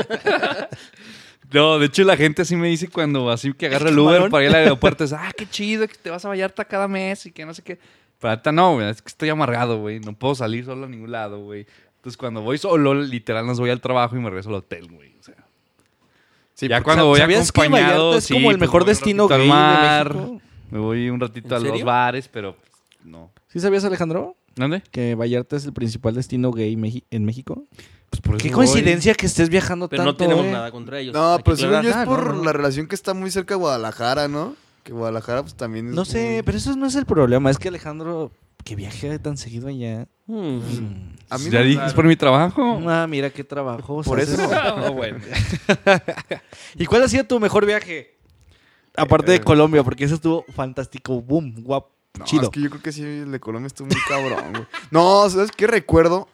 Speaker 2: No, de hecho la gente así me dice cuando así que agarra el Uber
Speaker 1: camarón.
Speaker 2: para ir al aeropuerto, es, ah, qué chido que te vas a Vallarta cada mes y que no sé qué. Pero ahorita no, güey, es que estoy amargado, güey, no puedo salir solo a ningún lado, güey. Entonces cuando voy solo, literal, nos voy al trabajo y me regreso al hotel, güey. O sea,
Speaker 3: Sí,
Speaker 2: ya
Speaker 3: porque-
Speaker 2: cuando voy
Speaker 1: ¿Sabías que Vallarta
Speaker 2: acompañado,
Speaker 1: es como el
Speaker 2: pues,
Speaker 1: mejor
Speaker 2: voy un
Speaker 1: destino
Speaker 2: ratito al
Speaker 1: gay de
Speaker 2: mar,
Speaker 1: México?
Speaker 2: Me voy un ratito
Speaker 4: ¿En
Speaker 2: a los
Speaker 4: serio?
Speaker 2: bares, pero pues, no.
Speaker 1: ¿Sí sabías, Alejandro?
Speaker 2: ¿Dónde?
Speaker 1: Que Vallarta es el principal destino gay Meji- en México.
Speaker 2: Pues por
Speaker 1: Qué coincidencia que estés viajando
Speaker 4: Pero no
Speaker 1: tanto,
Speaker 4: tenemos
Speaker 1: eh.
Speaker 4: nada contra ellos.
Speaker 3: No,
Speaker 4: hay que
Speaker 3: pero según
Speaker 1: aclarar.
Speaker 3: yo es
Speaker 1: Ah, no,
Speaker 3: por
Speaker 1: no, no.
Speaker 3: la relación que está muy cerca de Guadalajara, ¿no? Que Guadalajara pues también es
Speaker 1: No sé,
Speaker 3: muy-
Speaker 1: pero eso no es el problema. Es que Alejandro, que viaje tan seguido allá.
Speaker 4: Hmm.
Speaker 3: A mí
Speaker 2: Pues, Ya
Speaker 3: no-
Speaker 2: dije, es por mi trabajo.
Speaker 1: Ah, mira qué trabajo.
Speaker 3: Por eso.
Speaker 2: No, bueno.
Speaker 1: ¿Y cuál ha sido tu mejor viaje? Aparte de
Speaker 3: Eh.
Speaker 1: Colombia, porque ese estuvo fantástico. Boom, guap,
Speaker 3: No,
Speaker 1: chido.
Speaker 3: es que yo creo que sí, el de Colombia estuvo muy cabrón, güey. No, ¿sabes qué recuerdo?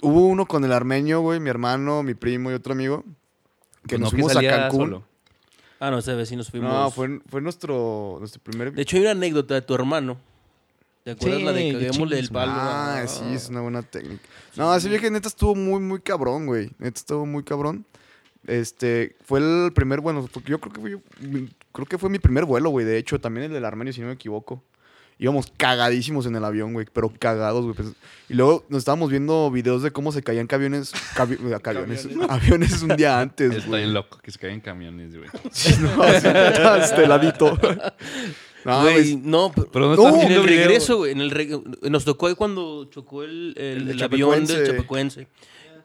Speaker 3: Hubo uno con el armenio, güey, mi hermano, mi primo y otro amigo. que
Speaker 2: Pues
Speaker 3: nos
Speaker 2: no, que
Speaker 3: fuimos a
Speaker 2: salía
Speaker 3: Cancún.
Speaker 2: solo.
Speaker 4: Ah, no, ese vecino fuimos.
Speaker 3: No, fue, fue nuestro, nuestro primer...
Speaker 4: De hecho, hay una anécdota de tu hermano. ¿Te acuerdas
Speaker 1: Sí,
Speaker 4: la de
Speaker 1: que
Speaker 4: caguémosle el
Speaker 1: chingues,
Speaker 4: palo?
Speaker 3: Ah, sí, es una buena técnica. No, ese viaje neta estuvo muy, muy cabrón, güey. Neta estuvo muy cabrón. Este, fue el primer, bueno, porque yo creo que fue, mi- creo que fue mi primer vuelo, güey. De hecho, también el del Armenio, si no me equivoco. Íbamos cagadísimos en el avión, güey, pero cagados, güey. pues. Y luego nos estábamos viendo videos de cómo se caían camiones, cavi- aviones, aviones un día antes,
Speaker 2: Está
Speaker 3: güey.
Speaker 2: bien loco que se caigan camiones, güey.
Speaker 3: Sí, no, así, este ladito. No,
Speaker 4: Güey,
Speaker 3: güey,
Speaker 4: no, pero-
Speaker 2: Pero no,
Speaker 3: No,
Speaker 2: estás
Speaker 4: en
Speaker 2: viendo
Speaker 4: el
Speaker 2: video.
Speaker 4: regreso, güey. En el reg- nos tocó ahí cuando chocó el, el-
Speaker 3: El de
Speaker 4: el avión del
Speaker 3: Chapecoense.
Speaker 4: Chapecoense.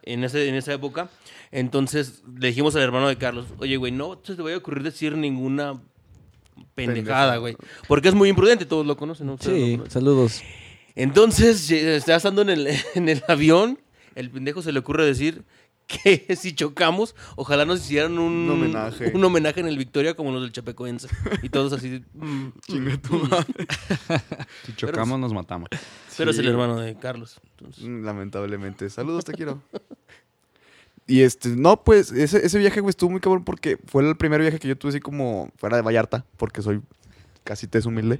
Speaker 4: En, ese, en esa época. Entonces le dijimos al hermano de Carlos, oye, güey, no se te vaya a ocurrir decir ninguna pendejada, güey. Porque es muy imprudente, todos lo conocen, ¿no? Ustedes lo
Speaker 1: Sí,
Speaker 4: conocen.
Speaker 1: saludos.
Speaker 4: Entonces, eh, está estando en el, en el avión, el pendejo se le ocurre decir que si chocamos, ojalá nos hicieran un,
Speaker 3: Un homenaje.
Speaker 4: un homenaje en el Victoria como los del Chapecoense. Y todos así. mm.
Speaker 3: chinga tu madre.
Speaker 2: Si chocamos, nos matamos.
Speaker 4: Pero es el hermano de Carlos. Entonces,
Speaker 3: Mm, Lamentablemente. Saludos, te quiero. Y este, no, pues ese, ese viaje, güey, estuvo muy cabrón porque fue el primer viaje que yo tuve así como fuera de Vallarta, porque soy casi te humilde.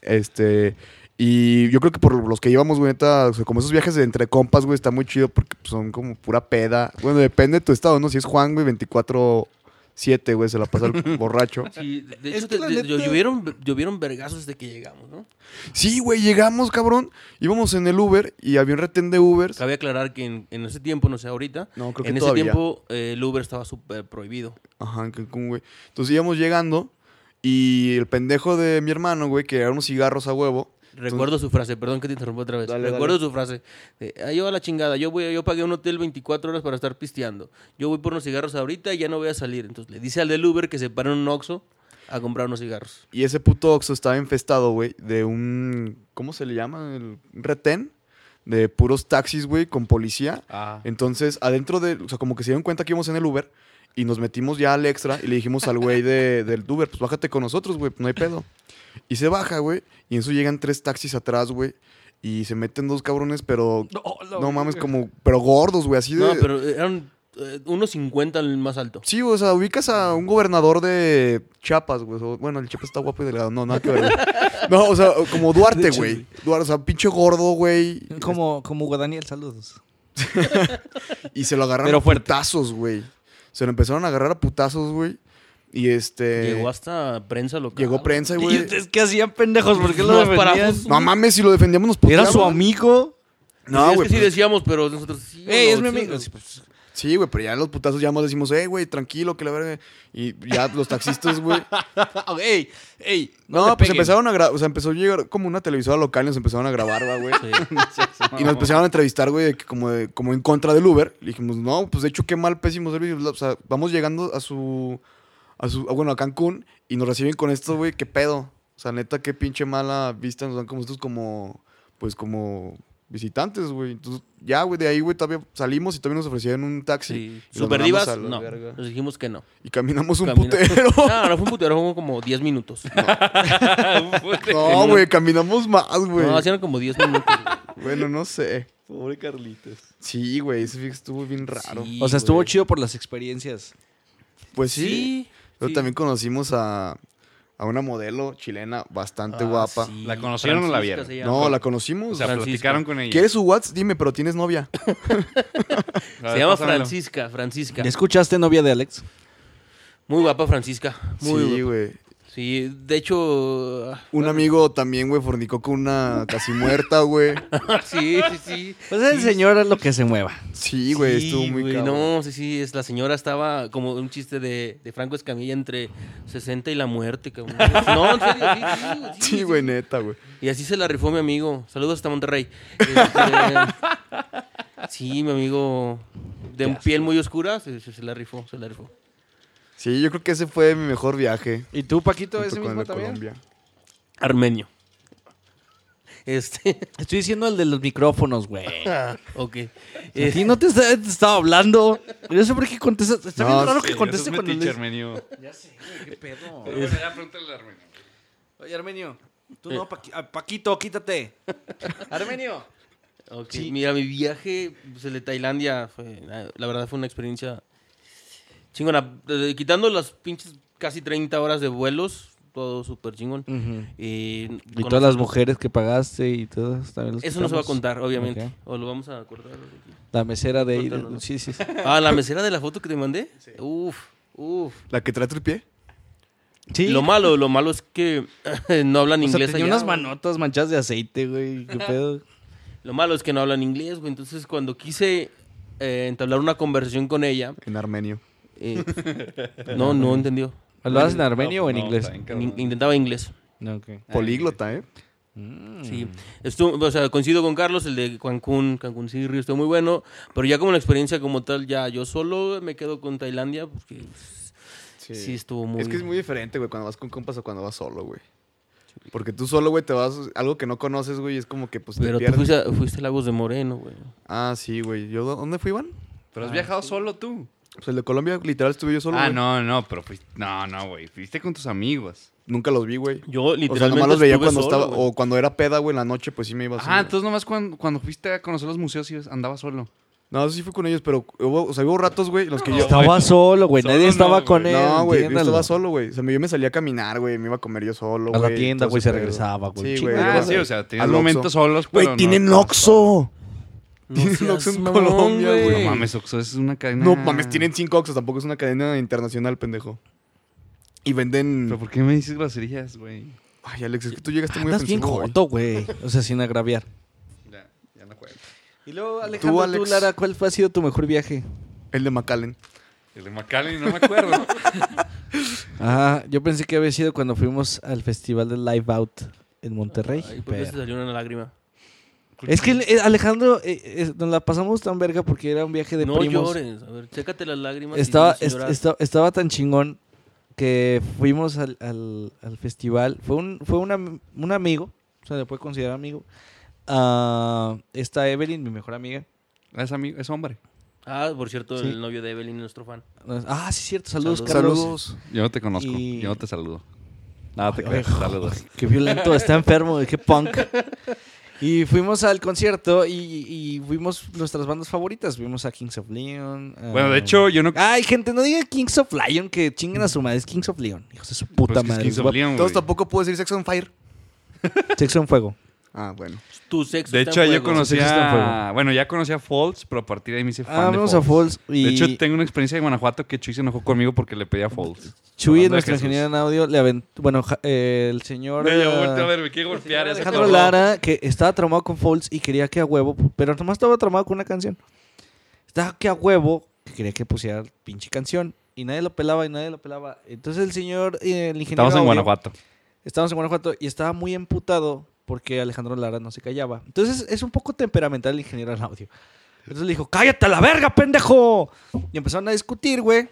Speaker 3: Este, y yo creo que por los que íbamos, güey, neta, o sea, como esos viajes de entre compas, güey, está muy chido porque pues, son como pura peda. Bueno, depende de tu estado, ¿no? Si es Juan, güey, 24-7, güey, se la pasa el borracho.
Speaker 4: sí, de- de
Speaker 3: Es
Speaker 4: hecho,
Speaker 3: que
Speaker 4: te-
Speaker 3: la
Speaker 4: de-
Speaker 3: neta-
Speaker 4: llovieron, llovieron vergazos desde que llegamos, ¿no?
Speaker 3: Sí, güey, llegamos, cabrón. Íbamos en el Uber y había un retén de Ubers.
Speaker 4: Cabe aclarar que en, en ese tiempo, no sé ahorita,
Speaker 3: No, creo que
Speaker 4: en ese
Speaker 3: todavía.
Speaker 4: tiempo eh, el Uber estaba súper prohibido.
Speaker 3: Ajá, en Cancún, güey. Entonces íbamos llegando y el pendejo de mi hermano, güey, que era unos cigarros a huevo.
Speaker 4: Recuerdo su frase, perdón que te interrumpa otra vez.
Speaker 3: Dale, dale.
Speaker 4: Recuerdo su frase. de, "Ah, yo a la chingada, yo voy, yo pagué un hotel 24 horas para estar pisteando. Yo voy por unos cigarros ahorita y ya no voy a salir. Entonces le dice al del Uber que se pare en un Oxxo a comprar unos cigarros.
Speaker 3: Y ese puto Oxxo estaba infestado, güey, de un... ¿Cómo se le llama? El un retén de puros taxis, güey, con policía.
Speaker 2: Ah.
Speaker 3: Entonces, adentro de... O sea, como que se dieron cuenta que íbamos en el Uber y nos metimos ya al extra y le dijimos al güey de- del Uber, pues bájate con nosotros, güey, no hay pedo. Y se baja, güey, y en eso llegan tres taxis atrás, güey, y se meten dos cabrones, pero... No, mames, como... Pero gordos, güey, así de...
Speaker 4: No, pero eran eh, unos 50 al más alto.
Speaker 3: Sí, o sea, ubicas a un gobernador de Chiapas, güey. o- Bueno, el Chiapas está guapo y delgado. No, nada que ver. güey. No, o sea, como Duarte, güey. Duarte, o sea, pinche gordo, güey.
Speaker 1: Como, como Hugo Daniel, saludos.
Speaker 3: Y se lo agarraron
Speaker 1: Pero
Speaker 3: a
Speaker 1: fuerte.
Speaker 3: putazos, güey. Se lo empezaron a agarrar a putazos, güey. Y este.
Speaker 4: Llegó hasta prensa local.
Speaker 3: llegó prensa, güey.
Speaker 1: qué hacían pendejos? ¿Por
Speaker 4: Nos paramos.
Speaker 3: No mames, si lo defendíamos, nos
Speaker 1: Era
Speaker 3: puteaban.
Speaker 1: su amigo.
Speaker 3: No,
Speaker 4: es
Speaker 3: güey.
Speaker 4: que sí
Speaker 3: pues, Eh,
Speaker 4: decíamos, pero nosotros sí.
Speaker 1: Ey,
Speaker 4: no,
Speaker 1: es mi
Speaker 4: sí,
Speaker 1: amigo.
Speaker 4: no.
Speaker 1: Sí, pues,
Speaker 3: Sí, güey, pero ya los putazos ya nos decimos, eh, güey, tranquilo, que la verga. Y ya los taxistas, güey.
Speaker 1: ah, ey, ey.
Speaker 3: No,
Speaker 1: le
Speaker 3: pues
Speaker 1: peguen.
Speaker 3: empezaron a grabar. O sea, empezó a llegar como una televisora local y nos empezaron a grabar, va, güey. Y nos empezaron a entrevistar, güey, de que como, de- como en contra del Uber. Le dijimos, no, pues de hecho, qué mal, pésimo servicio. O sea, vamos llegando a su. A su a, bueno, a Cancún y nos reciben con esto, güey, qué pedo. O sea, neta, qué pinche mala vista nos dan como estos, como. Pues como visitantes, güey. Entonces, ya, güey, de ahí, güey, todavía salimos y todavía nos ofrecieron un taxi.
Speaker 4: Sí.
Speaker 3: Y nos
Speaker 4: Super
Speaker 3: mandamos
Speaker 4: divas,
Speaker 3: a la
Speaker 4: no.
Speaker 3: verga.
Speaker 4: Nos dijimos que no.
Speaker 3: Y caminamos un
Speaker 4: Camina-
Speaker 3: putero.
Speaker 4: No, no fue un putero, fueron como 10 minutos.
Speaker 3: No, güey, caminamos más, güey.
Speaker 4: No, hacían como 10 minutos.
Speaker 3: Bueno, no sé.
Speaker 2: Pobre Carlitos.
Speaker 3: Sí, güey, ese fix estuvo bien raro.
Speaker 4: Sí,
Speaker 1: O sea, estuvo
Speaker 4: güey.
Speaker 1: chido por las experiencias.
Speaker 3: Pues sí. Pero
Speaker 4: sí.
Speaker 3: también conocimos a, a una modelo chilena bastante
Speaker 4: Ah,
Speaker 3: guapa.
Speaker 4: sí.
Speaker 2: ¿La conocieron o la vieron?
Speaker 4: se llama.
Speaker 3: No, la conocimos.
Speaker 2: O sea,
Speaker 4: Francisco.
Speaker 2: platicaron con ella.
Speaker 3: ¿Quieres su WhatsApp? Dime, pero tienes novia.
Speaker 2: A
Speaker 4: Se
Speaker 2: ver,
Speaker 4: llama
Speaker 2: pásamelo.
Speaker 4: Francisca, Francisca.
Speaker 1: ¿Ya escuchaste novia de Alex?
Speaker 4: Muy guapa Francisca. Muy
Speaker 3: sí,
Speaker 4: guapa.
Speaker 3: güey.
Speaker 4: Sí, de hecho... ah,
Speaker 3: Un amigo también, güey, fornicó con una casi muerta, güey.
Speaker 4: sí, sí, sí.
Speaker 1: Pues el señor es lo que se mueva.
Speaker 3: Sí, güey,
Speaker 4: Sí,
Speaker 3: estuvo muy
Speaker 4: güey,
Speaker 3: cabrón.
Speaker 4: No, sí, sí, es, la señora estaba como un chiste de, de Franco Escamilla entre 60 y la muerte. cabrón. No, en serio, sí, sí, sí,
Speaker 3: Sí, güey, neta, güey.
Speaker 4: Y así se la rifó mi amigo. Saludos hasta Monterrey. Este, sí, mi amigo de un piel muy oscura se, se- se la rifó, se la rifó.
Speaker 3: Sí, yo creo que ese fue mi mejor viaje.
Speaker 1: ¿Y tú, Paquito,
Speaker 3: junto
Speaker 1: ese
Speaker 3: con el
Speaker 1: mismo
Speaker 3: de
Speaker 1: también?
Speaker 3: Colombia.
Speaker 4: Armenio. Este,
Speaker 1: Estoy diciendo el de los micrófonos, güey.
Speaker 4: ok.
Speaker 1: A
Speaker 4: Eh,
Speaker 1: ti no te, está- te estaba hablando. Yo sé por qué contestas. Está
Speaker 3: No,
Speaker 1: bien raro
Speaker 3: sí,
Speaker 1: que conteste cuando le
Speaker 2: armenio.
Speaker 1: Ya sé, güey, qué pedo.
Speaker 2: ya pregúntale al armenio.
Speaker 1: Oye, Armenio. Tú
Speaker 4: Eh.
Speaker 1: no, Paqui- ah, Paquito, quítate. Armenio.
Speaker 4: ok,
Speaker 1: Sí.
Speaker 4: Mira, mi viaje pues, el de Tailandia fue, la verdad fue una experiencia Chingona. eh, Quitando las pinches casi 30 horas de vuelos, todo súper chingón. Y,
Speaker 1: Mm. Y
Speaker 4: con
Speaker 1: todas las
Speaker 4: nosotros-
Speaker 1: mujeres que pagaste y todas también las
Speaker 4: Eso no se va a
Speaker 1: quitamos.
Speaker 4: contar, obviamente.
Speaker 1: Ok.
Speaker 4: O lo vamos a cortar.
Speaker 1: La mesera de ahí.
Speaker 4: Cuéntanos.
Speaker 1: Sí, sí. sí.
Speaker 4: Ah, la mesera de la foto que te mandé. Uf, uf.
Speaker 3: ¿La que trae tripié?
Speaker 1: Sí.
Speaker 4: Lo malo, lo malo es que no hablan
Speaker 1: O sea,
Speaker 4: inglés
Speaker 1: tenía
Speaker 4: allá,
Speaker 1: unas
Speaker 4: güey.
Speaker 1: manotas manchadas de aceite, güey. ¿Qué pedo?
Speaker 4: Lo malo es que no hablan inglés, güey. Entonces, cuando quise eh, entablar una conversación con ella,
Speaker 3: En armenio.
Speaker 4: eh, no, no entendió.
Speaker 1: ¿Hablabas en armenio o en inglés?
Speaker 4: In- Intentaba inglés.
Speaker 1: No, ok. Mm.
Speaker 3: Políglota, ¿eh?
Speaker 4: Sí. Estuvo, o sea, coincido con Carlos, el de Cancún, Cancún sí, Río, estuvo muy bueno. Pero ya como la experiencia como tal, ya yo solo me quedo con Tailandia, porque sí, estuvo muy...
Speaker 3: Es que es muy diferente, güey, cuando vas con compas o cuando vas solo, güey. Porque tú solo, güey, te vas algo que no conoces, güey, es como que pues
Speaker 4: Pero
Speaker 3: te
Speaker 4: tú
Speaker 3: pierdes.
Speaker 4: fuiste, a- fuiste a Lagos de Moreno, güey.
Speaker 3: Ah, sí, güey. ¿Yo dónde fui, Iván?
Speaker 2: Pero has viajado solo tú.
Speaker 3: Pues el de Colombia, literal, estuve yo solo.
Speaker 2: Ah,
Speaker 3: güey.
Speaker 2: no, no, pero fuiste. No, no, güey. Fuiste con tus amigos.
Speaker 3: Nunca los vi, güey.
Speaker 4: Yo
Speaker 3: O sea,
Speaker 4: literalmente
Speaker 3: nomás los veía
Speaker 4: estuve
Speaker 3: cuando
Speaker 4: solo,
Speaker 3: estaba
Speaker 4: güey.
Speaker 3: o cuando era peda, güey, en la noche, pues sí me iba así.
Speaker 2: Ah,
Speaker 3: güey.
Speaker 2: entonces nomás cuando, cuando fuiste a conocer los museos ibas- andabas solo.
Speaker 3: No, eso sí fui con ellos, pero hubo, o sea, hubo ratos, güey, en los que yo
Speaker 1: Estaba solo, güey.
Speaker 2: Solo
Speaker 1: Nadie
Speaker 2: no,
Speaker 1: estaba con
Speaker 2: güey.
Speaker 1: él.
Speaker 3: No, güey, yo
Speaker 1: entiéndalo.
Speaker 3: estaba solo, güey. O sea, me- yo me salía a caminar, güey, me iba a comer yo solo,
Speaker 1: A
Speaker 3: güey.
Speaker 1: la tienda,
Speaker 3: todo
Speaker 1: güey,
Speaker 3: ese
Speaker 1: se
Speaker 3: pedo.
Speaker 1: regresaba con
Speaker 3: Sí,
Speaker 1: chingo.
Speaker 3: güey.
Speaker 1: Ah,
Speaker 2: Ah,
Speaker 3: ibas
Speaker 2: sí,
Speaker 3: a-
Speaker 2: o sea, tenías
Speaker 3: al
Speaker 2: momentos
Speaker 3: Oxxo.
Speaker 2: solos. pero
Speaker 3: Güey,
Speaker 2: no-
Speaker 3: tienen
Speaker 2: no-
Speaker 3: Oxxo.
Speaker 4: No
Speaker 3: Tienen
Speaker 4: seas
Speaker 3: Oxxo en
Speaker 4: mamón,
Speaker 3: Colombia, güey.
Speaker 2: No mames, Oxxo es una cadena.
Speaker 3: No mames, tienen cinco Oxxos, tampoco es una cadena internacional, pendejo. Y
Speaker 1: Mm.
Speaker 3: venden.
Speaker 2: ¿Pero por qué me dices groserías, güey?
Speaker 3: Ay, Alex, es que tú llegaste muy
Speaker 1: Estás bien
Speaker 3: ofensivo, güey.
Speaker 1: joto, güey. O sea, sin agraviar.
Speaker 2: Ya, ya no juego.
Speaker 1: Y luego, Alejandro, tú,
Speaker 3: Alex?
Speaker 1: Lara, ¿cuál fue- ha sido tu mejor viaje?
Speaker 3: El de McAllen.
Speaker 2: El de McAllen, no me acuerdo.
Speaker 1: Ah, yo pensé que había sido cuando fuimos al festival de Live Out en Monterrey.
Speaker 4: Ay, ¿por qué se
Speaker 1: pero-
Speaker 4: salió una lágrima?
Speaker 1: Es que eh, Alejandro, eh, eh, nos la pasamos tan verga porque era un viaje de
Speaker 4: no
Speaker 1: primos.
Speaker 4: llores. A ver, chécate las lágrimas. y
Speaker 1: Estaba,
Speaker 4: dime si
Speaker 1: es-
Speaker 4: lloras.
Speaker 1: esta- estaba tan chingón que fuimos al, al- al festival. Fue un, fue un am- un amigo, se le puede considerar amigo. Ah, está Evelyn, mi mejor amiga.
Speaker 2: Es, amigo, es hombre.
Speaker 4: Ah, por cierto,
Speaker 1: Sí.
Speaker 4: el novio de Evelyn, nuestro fan.
Speaker 1: Ah, sí, cierto. Saludos,
Speaker 4: Saludos.
Speaker 1: Carlos.
Speaker 3: Saludos.
Speaker 2: Yo no te conozco.
Speaker 1: Y-
Speaker 2: Yo no te saludo. Nada, te
Speaker 1: Ay,
Speaker 2: creas.
Speaker 1: ojo.
Speaker 2: Saludos.
Speaker 1: Qué violento, está enfermo, qué punk. Y fuimos al concierto y, y fuimos nuestras bandas favoritas. Vimos a Kings of Leon. a-
Speaker 2: Bueno, de hecho, yo no.
Speaker 1: Ay, gente, no digan Kings of Lion, que chinguen a su madre. Es Kings of Leon, hijos de su
Speaker 2: Pues
Speaker 1: puta
Speaker 2: que es
Speaker 1: madre.
Speaker 2: Kings of
Speaker 1: Guap-
Speaker 2: Leon,
Speaker 3: Entonces
Speaker 2: güey.
Speaker 3: tampoco puedo decir Sex on Fire.
Speaker 1: Sexo en fuego.
Speaker 3: Ah, bueno.
Speaker 4: Tu sexo.
Speaker 2: De
Speaker 4: está
Speaker 2: hecho,
Speaker 4: en
Speaker 2: yo
Speaker 4: juego.
Speaker 1: está en
Speaker 2: conocía.
Speaker 1: fuego.
Speaker 2: Bueno, ya conocía a Falls, pero a partir de ahí me hice fan
Speaker 1: Ah,
Speaker 2: de
Speaker 1: vamos a Falls. Y
Speaker 2: De hecho, tengo una experiencia de Guanajuato que Chuy se enojó conmigo porque le pedí a Falls.
Speaker 1: Chuy,
Speaker 2: Hablando de
Speaker 1: nuestro
Speaker 2: Jesús.
Speaker 1: ingeniero en audio, le aventó. Bueno, ja- eh, el señor.
Speaker 2: No, yo
Speaker 1: ah,
Speaker 2: volteo a ver, me quiere golpear. ese
Speaker 1: Alejandro
Speaker 2: cabrón.
Speaker 1: Lara, que estaba traumado con Folds y quería que a huevo, pero nomás estaba traumado con una canción. Estaba que a huevo, que quería que pusiera pinche canción. Y nadie lo pelaba y nadie lo pelaba. Entonces el señor, eh, el ingeniero.
Speaker 2: Estamos en
Speaker 1: audio-
Speaker 2: Guanajuato.
Speaker 1: Estábamos en Guanajuato y estaba muy emputado porque Alejandro Lara no se callaba. Entonces es un poco temperamental el ingeniero en audio. Entonces le dijo, cállate a la verga, pendejo. Y empezaron a discutir, güey.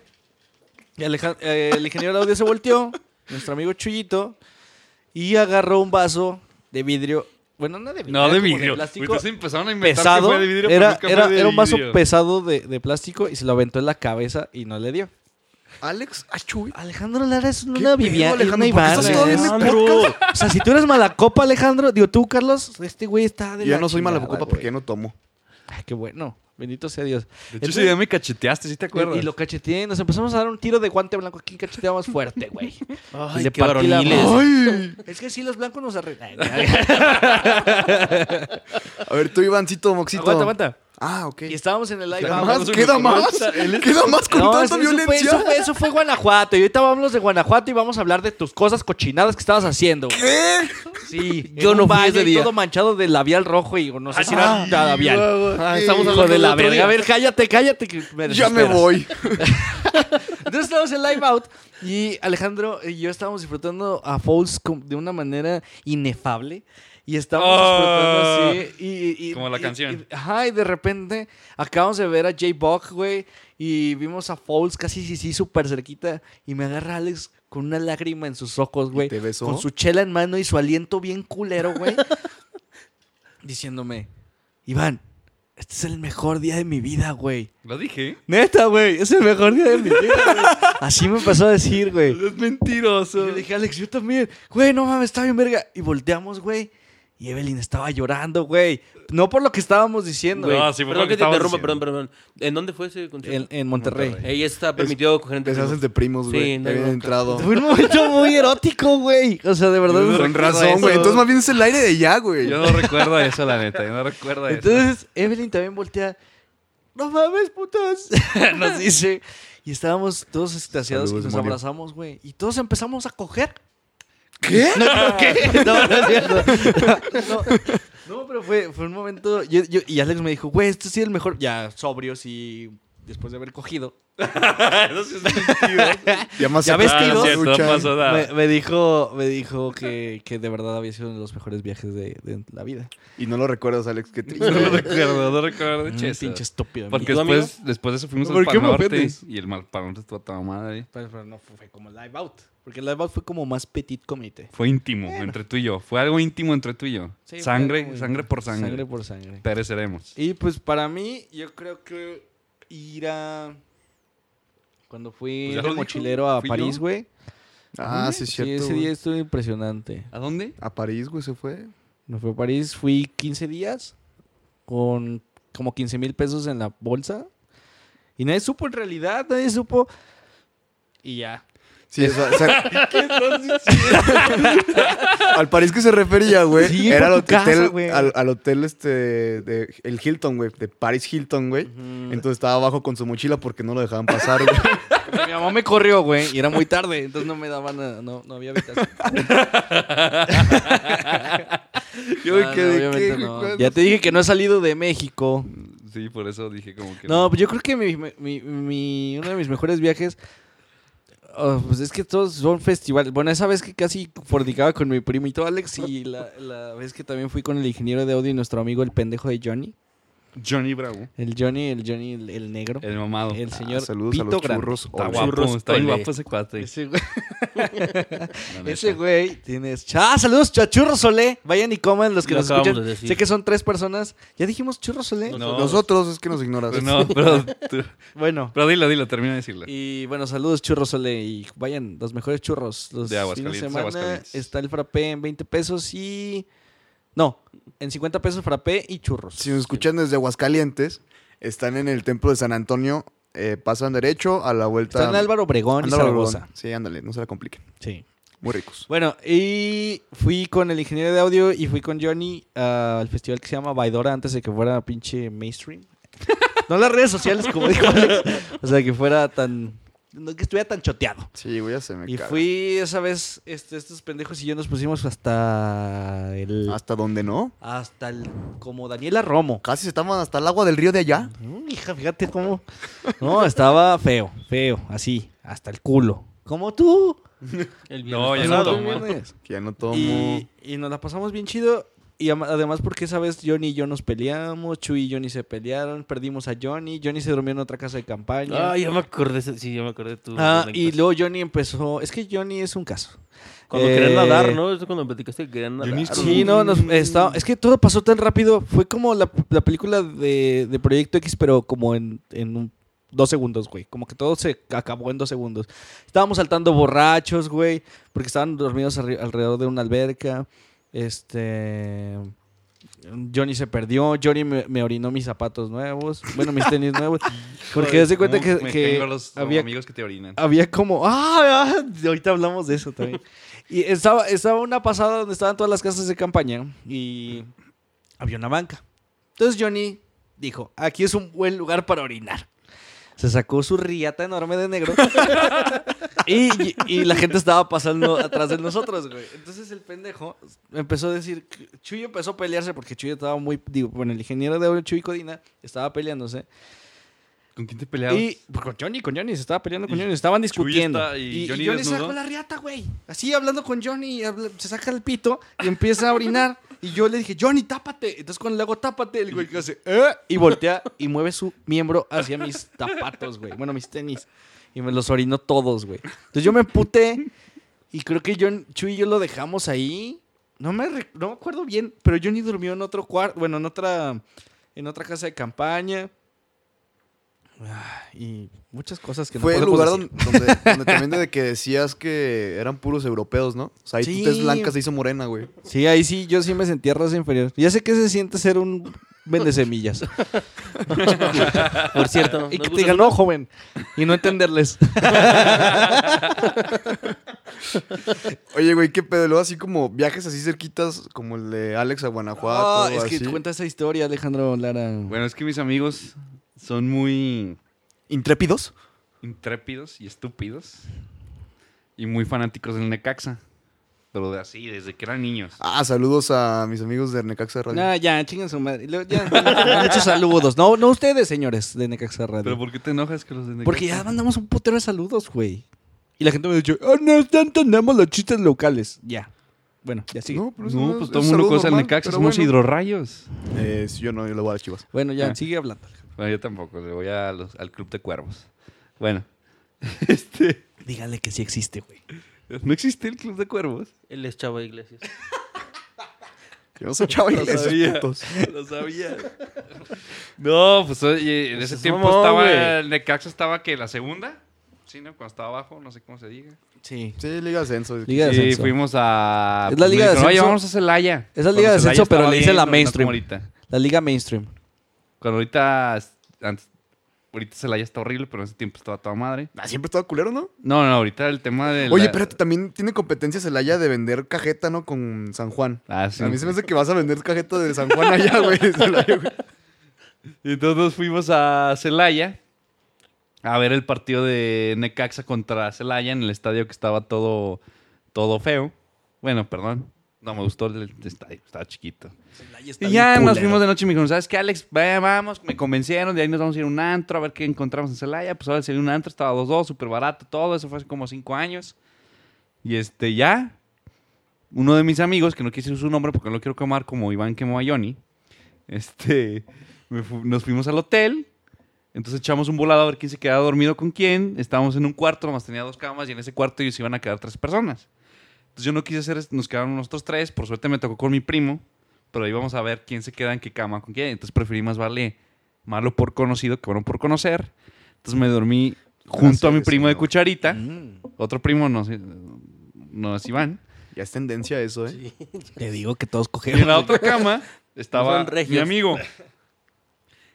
Speaker 1: Y Aleja- eh, el ingeniero en audio se volteó, nuestro amigo Chuyito, y agarró un vaso de vidrio. Bueno, no de vidrio.
Speaker 2: No,
Speaker 1: era
Speaker 2: de
Speaker 1: como
Speaker 2: vidrio.
Speaker 1: plástico
Speaker 2: Entonces empezaron a inventar que
Speaker 1: pesado.
Speaker 2: fue de vidrio, pero
Speaker 1: Era,
Speaker 2: nunca fue
Speaker 1: era,
Speaker 2: de
Speaker 1: era un vaso
Speaker 2: vidrio.
Speaker 1: pesado de, de plástico y se lo aventó en la cabeza y no le dio.
Speaker 3: Alex
Speaker 1: ah,
Speaker 3: Achuy.
Speaker 1: Alejandro Lara es
Speaker 3: ¿Qué
Speaker 1: una
Speaker 3: pedo,
Speaker 1: Viviana, una
Speaker 3: Alejandro? ¿Por qué
Speaker 1: Ivana.
Speaker 3: estás todavía en el podcast?
Speaker 1: O sea, si tú eres mala copa, Alejandro, digo tú, Carlos, este güey está de
Speaker 3: Yo ya
Speaker 1: la
Speaker 3: no soy mala
Speaker 1: chingada,
Speaker 3: copa
Speaker 1: güey.
Speaker 3: porque ya no tomo.
Speaker 1: Ay, qué bueno. Bendito sea Dios.
Speaker 2: De hecho,
Speaker 1: Entonces-
Speaker 2: ese día me cacheteaste, ¿sí te acuerdas?
Speaker 1: Y lo cacheteé, nos empezamos a dar un tiro de guante blanco aquí, cacheteaba más fuerte, güey.
Speaker 4: Ay,
Speaker 1: Le
Speaker 4: qué
Speaker 1: partí la-
Speaker 3: ¡Ay!
Speaker 4: varoniles.
Speaker 1: Es que sí, los blancos nos arreglan.
Speaker 3: A ver, tú, Ivancito, Moxito.
Speaker 1: aguanta, aguanta.
Speaker 3: Ah, ok.
Speaker 1: Y estábamos en el live.
Speaker 3: ¿Queda
Speaker 1: house.
Speaker 3: más? ¿Queda más? ¿Queda más con
Speaker 1: No,
Speaker 3: tanta
Speaker 1: eso, eso fue-
Speaker 3: violencia?
Speaker 1: eso fue, eso fue Guanajuato. Y ahorita vamos de Guanajuato y vamos a hablar de tus cosas cochinadas que estabas haciendo. güey. Sí,
Speaker 4: Yo
Speaker 1: en
Speaker 4: no
Speaker 1: un
Speaker 4: fui
Speaker 1: baño
Speaker 4: ese
Speaker 1: y
Speaker 4: día.
Speaker 1: Todo manchado de labial rojo y no sé si era labial.
Speaker 4: Ah, estamos
Speaker 1: Hijo
Speaker 4: hablando
Speaker 1: de la
Speaker 4: otro
Speaker 1: verga.
Speaker 4: día.
Speaker 1: A ver, cállate, cállate. Que me
Speaker 3: Ya me
Speaker 1: desesperas.
Speaker 3: voy.
Speaker 1: Entonces estábamos en Live Out y Alejandro y yo estábamos disfrutando a Fouls com- de una manera inefable. Y estábamos
Speaker 2: Ah,
Speaker 1: disfrutando así. Y, y-
Speaker 2: como la
Speaker 1: y-
Speaker 2: canción.
Speaker 1: y- ajá, y de repente acabamos de ver a J Buck, güey. Y vimos a Fouls casi sí, sí, súper cerquita. Y me agarra Alex con una lágrima en sus ojos, güey.
Speaker 3: te besó?
Speaker 1: Con su chela en mano y su aliento bien culero, güey. diciéndome, Iván, este es el mejor día de mi vida, güey.
Speaker 2: Lo dije.
Speaker 1: Neta, güey, es el mejor día de mi vida, güey. Así me pasó a decir, güey.
Speaker 2: Es
Speaker 1: Y
Speaker 2: mentiroso.
Speaker 1: yo le dije, Alex, yo también. Güey, no mames, está bien verga. Y volteamos, güey. Y Evelyn estaba llorando, güey. No por lo que estábamos diciendo.
Speaker 2: Güey.
Speaker 1: güey.
Speaker 2: No, sí fue lo
Speaker 4: perdón
Speaker 2: que
Speaker 4: que te
Speaker 2: estabas
Speaker 4: interrumpa, perdón,
Speaker 2: diciendo.
Speaker 4: perdón. ¿En dónde fue ese
Speaker 1: En,
Speaker 4: concierto?
Speaker 1: en Monterrey.
Speaker 2: Monterrey.
Speaker 4: Ahí está permitido con gente.
Speaker 3: Te haces de primos, güey.
Speaker 4: Sí, no hay
Speaker 3: Habían
Speaker 4: bronca.
Speaker 3: entrado.
Speaker 1: Fue un momento muy erótico, güey. O sea, de verdad.
Speaker 2: Yo no
Speaker 3: Con
Speaker 2: recuerdo
Speaker 3: razón,
Speaker 2: eso.
Speaker 3: güey. Entonces más bien es el aire de ya, güey.
Speaker 2: Yo no recuerdo eso, la neta. Yo no recuerdo eso.
Speaker 1: Entonces, Evelyn también voltea. No mames, putas. Nos dice. Y estábamos todos extasiados
Speaker 3: Saludos,
Speaker 1: y nos
Speaker 3: Mario.
Speaker 1: abrazamos, güey. Y todos empezamos a coger.
Speaker 3: ¿Qué?
Speaker 1: No, no, ¿qué? No, no es cierto. No, no, pero fue, fue un momento. yo- yo- y Alex me dijo, güey, este sí es el mejor. Ya sobrios y después de haber cogido.
Speaker 2: Eso sí es mentira.
Speaker 3: Ya más
Speaker 1: Ya
Speaker 2: Ah, no
Speaker 1: vestido.
Speaker 2: es cierto, no pasó nada.
Speaker 1: Me, me dijo, me dijo que, que de verdad había sido uno de los mejores viajes de, de la vida.
Speaker 3: Y no lo recuerdas, Alex. Qué
Speaker 2: No lo
Speaker 3: triste.
Speaker 2: recuerdo, no recuerdo.
Speaker 1: Un
Speaker 2: Che,
Speaker 1: Mm,
Speaker 2: eso.
Speaker 1: pinche estúpido.
Speaker 2: Porque
Speaker 4: tú,
Speaker 2: después, después de eso fuimos
Speaker 3: ¿Por
Speaker 2: al
Speaker 3: qué
Speaker 2: Pal
Speaker 3: me
Speaker 2: Norte
Speaker 3: ofendes?
Speaker 2: y el mal Pal Norte estuvo a toda madre.
Speaker 1: Pero, pero no fue como live out. Porque live out fue como más petit comité.
Speaker 2: Fue íntimo entre tú y yo. Fue algo íntimo entre tú y yo.
Speaker 1: Sí, fue
Speaker 2: sangre,
Speaker 1: como-
Speaker 2: sangre por sangre.
Speaker 1: Sangre por sangre.
Speaker 2: Pereceremos.
Speaker 1: Y pues para mí, yo creo que ir a. Cuando fui
Speaker 2: Pues ya
Speaker 1: de
Speaker 2: lo dijo,
Speaker 1: mochilero a
Speaker 2: fui
Speaker 1: París,
Speaker 2: yo.
Speaker 1: güey.
Speaker 3: Ah, sí, es
Speaker 1: Sí,
Speaker 3: cierto.
Speaker 1: ese
Speaker 3: güey.
Speaker 1: día estuvo impresionante.
Speaker 2: ¿A dónde?
Speaker 3: A París, güey, se fue.
Speaker 1: No fue a París, fui 15 días con como 15 mil pesos en la bolsa. Y nadie supo en realidad, nadie supo. Y ya.
Speaker 3: Sí, esa- esa- al París que se refería, güey.
Speaker 1: Sí,
Speaker 3: era al
Speaker 1: por tu casa,
Speaker 3: hotel,
Speaker 1: güey.
Speaker 3: al, al hotel este, de, el Hilton, güey, de París Hilton, güey. Entonces estaba abajo con su mochila porque no lo dejaban pasar, güey.
Speaker 1: Mi mamá me corrió, güey, y era muy tarde, entonces no me daban, nada, no, no había habitación.
Speaker 3: Yo me
Speaker 1: Ah, no,
Speaker 3: quedé,
Speaker 1: obviamente
Speaker 3: ¿qué, güey?
Speaker 1: no.
Speaker 3: ¿Cuándo?
Speaker 1: Ya te dije que no he salido de México.
Speaker 2: Sí, por eso dije como que.
Speaker 1: No, pues yo creo que mi, mi- mi- uno de mis mejores viajes. oh, pues es que todos son festivales. Bueno, esa vez que casi fornicaba con mi primito Alex y la, la vez que también fui con el ingeniero de audio y nuestro amigo el pendejo de Johnny.
Speaker 2: Johnny Bravo.
Speaker 1: El Johnny, el Johnny, el, el negro. El,
Speaker 2: El mamado.
Speaker 1: señor
Speaker 3: Ah, saludos a
Speaker 1: Pito
Speaker 3: los
Speaker 1: Grande.
Speaker 3: churros.
Speaker 2: Está
Speaker 3: Ole.
Speaker 2: guapo,
Speaker 4: Churros
Speaker 2: está bien
Speaker 4: Tole.
Speaker 2: guapo ese cuate.
Speaker 1: Ese güey,
Speaker 2: la neta.
Speaker 1: ese güey tiene... ¡Ah, saludos a Churros Solé! Vayan y coman los que
Speaker 4: Lo
Speaker 1: nos
Speaker 4: acabamos
Speaker 1: escuchan.
Speaker 4: de decir.
Speaker 1: sé que son tres personas. ¿Ya dijimos Churros Solé?
Speaker 4: No.
Speaker 3: Nosotros es que nos ignoras.
Speaker 2: Pues no, pero, tú-
Speaker 1: Bueno.
Speaker 2: pero dilo, dilo, termina de decirlo.
Speaker 1: Y bueno, saludos Churros Ole y vayan, los mejores churros. Los
Speaker 2: De Aguascalientes,
Speaker 1: fines semana
Speaker 2: Aguascalientes.
Speaker 1: está el frappé en 20 pesos y... No, en 50 pesos frappé y churros.
Speaker 3: Si nos escuchan desde Aguascalientes, están en el templo de San Antonio, eh, pasan derecho a la vuelta.
Speaker 1: Están Álvaro Obregón y
Speaker 3: Ándale,
Speaker 1: Zaragoza.
Speaker 3: Obregón. Sí, ándale, no se la compliquen.
Speaker 1: Sí.
Speaker 3: Muy ricos.
Speaker 1: Bueno, y fui con el ingeniero de audio y fui con Johnny ah, al festival que se llama Vaidora antes de que fuera pinche mainstream. no las redes sociales, como dijo Alex. O sea, que fuera tan... No, que estuviera tan choteado.
Speaker 3: Sí, güey, ya se me
Speaker 1: Y
Speaker 3: caga.
Speaker 1: fui esa vez, este, estos pendejos y yo nos pusimos hasta el...
Speaker 3: Hasta donde no.
Speaker 1: Hasta el, como Daniela Romo.
Speaker 3: Casi se estaban hasta el agua del río de allá.
Speaker 1: Mm, hija, fíjate cómo. No, estaba feo, feo, así, hasta el culo. Como tú.
Speaker 4: El
Speaker 2: No,
Speaker 4: viernes
Speaker 2: ya no
Speaker 4: pasado.
Speaker 1: Pasado
Speaker 2: tomo.
Speaker 1: viernes.
Speaker 3: Que ya no tomo.
Speaker 1: Y, y nos la pasamos bien chido. Y ama- además porque esa vez Johnny y yo nos peleamos, Chuy y Johnny se pelearon, perdimos a Johnny, Johnny se durmió en otra casa de campaña.
Speaker 4: Ah, ya me acordé. Sí, ya me acordé de tu.
Speaker 1: Ah, y
Speaker 4: anécdota.
Speaker 1: luego Johnny empezó, es que Johnny es un caso.
Speaker 4: Cuando
Speaker 1: Eh,
Speaker 4: querían nadar, ¿no? Eso cuando platicaste que querían nadar.
Speaker 2: Dionisio.
Speaker 1: Sí, no, nos, está- es que todo pasó tan rápido. Fue como la, la película de, de Proyecto X, pero como en, en un- dos segundos, güey. Como que todo se acabó en dos segundos. Estábamos saltando borrachos, güey, porque estaban dormidos arri- alrededor de una alberca. Este. Johnny se perdió. Johnny me, me orinó mis zapatos nuevos. Bueno, mis tenis nuevos. Porque se cuenta que,
Speaker 2: ¿Cómo me
Speaker 1: que
Speaker 2: caigo a los
Speaker 1: había
Speaker 2: amigos que te orinan.
Speaker 1: había como. ¡Ah! ah, Ahorita hablamos de eso también. Y estaba, estaba una pasada donde estaban todas las casas de campaña y había una banca. Entonces Johnny dijo: Aquí es un buen lugar para orinar. Se sacó su riata enorme de negro. y, y la gente estaba pasando atrás de nosotros, güey. Entonces el pendejo empezó a decir. Chuy empezó a pelearse porque Chuy estaba muy. Digo, bueno, el ingeniero de audio, Chuy Codina estaba peleándose.
Speaker 2: ¿Con quién te peleabas?
Speaker 1: Y pues, con Johnny, con Johnny, se estaba peleando con
Speaker 2: Y
Speaker 1: Johnny, estaban
Speaker 2: Chuy
Speaker 1: discutiendo.
Speaker 2: está- y
Speaker 1: y, y
Speaker 2: Johnny
Speaker 1: Johnny, se
Speaker 2: desnudo.
Speaker 1: sacó la riata, güey. Así hablando con Johnny, y habla- se saca el pito y empieza a orinar. Y yo le dije, Johnny, tápate. Entonces cuando le hago tápate, el güey que hace, "Eh", y voltea y mueve su miembro hacia mis zapatos, güey. Bueno, mis tenis. Y me los orinó todos, güey. Entonces yo me emputé y creo que John, Chuy y yo lo dejamos ahí. No me, re- no me acuerdo bien, pero Johnny durmió en otro cuarto, bueno, en otra, en otra casa de campaña. Ah, Y muchas cosas que no
Speaker 3: Fue el
Speaker 1: podemos
Speaker 3: lugar
Speaker 1: decir.
Speaker 3: donde, donde, donde también de que decías que eran puros europeos, ¿no? O sea, ahí
Speaker 1: Sí.
Speaker 3: tú te blanca se hizo morena, güey.
Speaker 1: Sí, ahí sí, yo sí me sentía raza inferior. Ya sé que se siente ser un vende semillas.
Speaker 4: Por cierto.
Speaker 1: y que te
Speaker 4: nos gusta-
Speaker 1: digan, no, joven. Y no entenderles.
Speaker 3: Oye, güey, qué pedo. Luego así como viajes así cerquitas, como el de Alex a Guanajuato.
Speaker 1: Ah, es que
Speaker 3: así.
Speaker 1: cuenta esa historia, Alejandro Lara.
Speaker 2: Bueno, es que mis amigos son muy
Speaker 3: ¿Intrépidos?
Speaker 2: intrépidos y estúpidos. Y muy fanáticos del Necaxa. Pero de así, desde que eran niños.
Speaker 3: Ah, saludos a mis amigos de Necaxa Radio.
Speaker 1: Nah, ya, chingan su madre. Y luego ya, han hecho saludos. No, no ustedes, señores de Necaxa Radio.
Speaker 2: ¿Pero por qué te enojas que los de Necaxa?
Speaker 1: Porque ya mandamos un putero de saludos, güey. Y la gente me ha dicho, "Ah, no no entendemos los chistes locales. Ya. Bueno, ya sigue.
Speaker 3: pero eso
Speaker 2: No, pues
Speaker 3: es
Speaker 2: todo el mundo
Speaker 3: saludo
Speaker 2: conoce al
Speaker 3: normal,
Speaker 2: Necaxa,
Speaker 3: pero
Speaker 2: somos
Speaker 3: bueno.
Speaker 2: hidrorrayos.
Speaker 3: Eh, sí, yo no, yo le voy a las chivas.
Speaker 1: Bueno, ya,
Speaker 2: Ah.
Speaker 1: sigue hablando.
Speaker 2: Bueno, yo tampoco, le voy a los- al Club de Cuervos. Bueno, este.
Speaker 1: Dígale que sí existe, güey.
Speaker 2: ¿No existe el Club de Cuervos?
Speaker 4: Él es Chava Iglesias.
Speaker 3: Yo no soy chavo
Speaker 2: Lo
Speaker 3: Iglesias,
Speaker 2: sabía.
Speaker 3: putos.
Speaker 2: Lo sabía. No, pues oye, en
Speaker 4: Pues
Speaker 2: ese
Speaker 4: es
Speaker 2: tiempo
Speaker 4: mamón,
Speaker 2: estaba.
Speaker 4: güey.
Speaker 2: El Necaxa estaba que la segunda. Sí, ¿no? Cuando estaba abajo, no sé cómo se diga.
Speaker 1: Sí.
Speaker 3: Sí, Liga Ascenso.
Speaker 1: Liga de
Speaker 2: sí,
Speaker 1: ascenso.
Speaker 2: fuimos a.
Speaker 1: Es la liga de
Speaker 2: me dijeron, Oye,
Speaker 1: ascenso.
Speaker 2: vamos a Celaya.
Speaker 1: Es la liga de
Speaker 2: Cuando Celaya
Speaker 1: ascenso, pero
Speaker 2: estaba
Speaker 1: le hice la
Speaker 2: bien, no, no
Speaker 1: mainstream.
Speaker 2: como ahorita.
Speaker 1: La liga mainstream.
Speaker 2: Cuando ahorita. antes- ahorita Celaya está horrible, pero en ese tiempo estaba toda madre.
Speaker 3: Ah, siempre estaba culero, ¿no?
Speaker 2: No, no, ahorita el tema de.
Speaker 3: Oye,
Speaker 2: la-
Speaker 3: espérate, también tiene competencia Celaya de vender cajeta, ¿no? Con San Juan.
Speaker 2: Ah, sí.
Speaker 3: A mí se me hace que vas a vender cajeta de San Juan allá, güey. Celaya, güey.
Speaker 2: Y entonces nos fuimos a Celaya a ver el partido de Necaxa contra Celaya en el estadio que estaba todo, todo feo. Bueno, perdón. No me gustó el estadio, estaba chiquito. Y ya nos fuimos de noche y me dijeron, ¿sabes qué, Alex? Ve, vamos, me convencieron, de ahí nos vamos a ir a un antro, a ver qué encontramos en Celaya. Pues ahora sería un antro, estaba 2-2, súper barato, todo, eso fue hace como cinco años. Y este, ya, uno de mis amigos, que no quise decir su nombre porque no lo quiero quemar como Iván quemó a Johnny, este, me fu- nos fuimos al hotel, entonces echamos un volado a ver quién se quedaba dormido con quién. Estábamos en un cuarto, nomás tenía dos camas y en ese cuarto ellos iban a quedar tres personas. Entonces yo no quise hacer, es- nos quedaron nosotros tres, por suerte me tocó con mi primo, pero íbamos a ver quién se queda en qué cama con quién. Entonces preferí más vale malo por conocido que bueno por conocer. Entonces me dormí junto a mi
Speaker 3: Gracias,
Speaker 2: primo de
Speaker 3: señor.
Speaker 2: cucharita,
Speaker 1: Mm,
Speaker 2: otro primo no, sé, no es Iván.
Speaker 3: Ya es tendencia eso, ¿eh?
Speaker 4: Sí.
Speaker 1: Te digo que todos
Speaker 2: Y en la
Speaker 1: cogemos.
Speaker 2: otra cama
Speaker 4: No
Speaker 2: estaba
Speaker 4: son regios.
Speaker 2: mi amigo.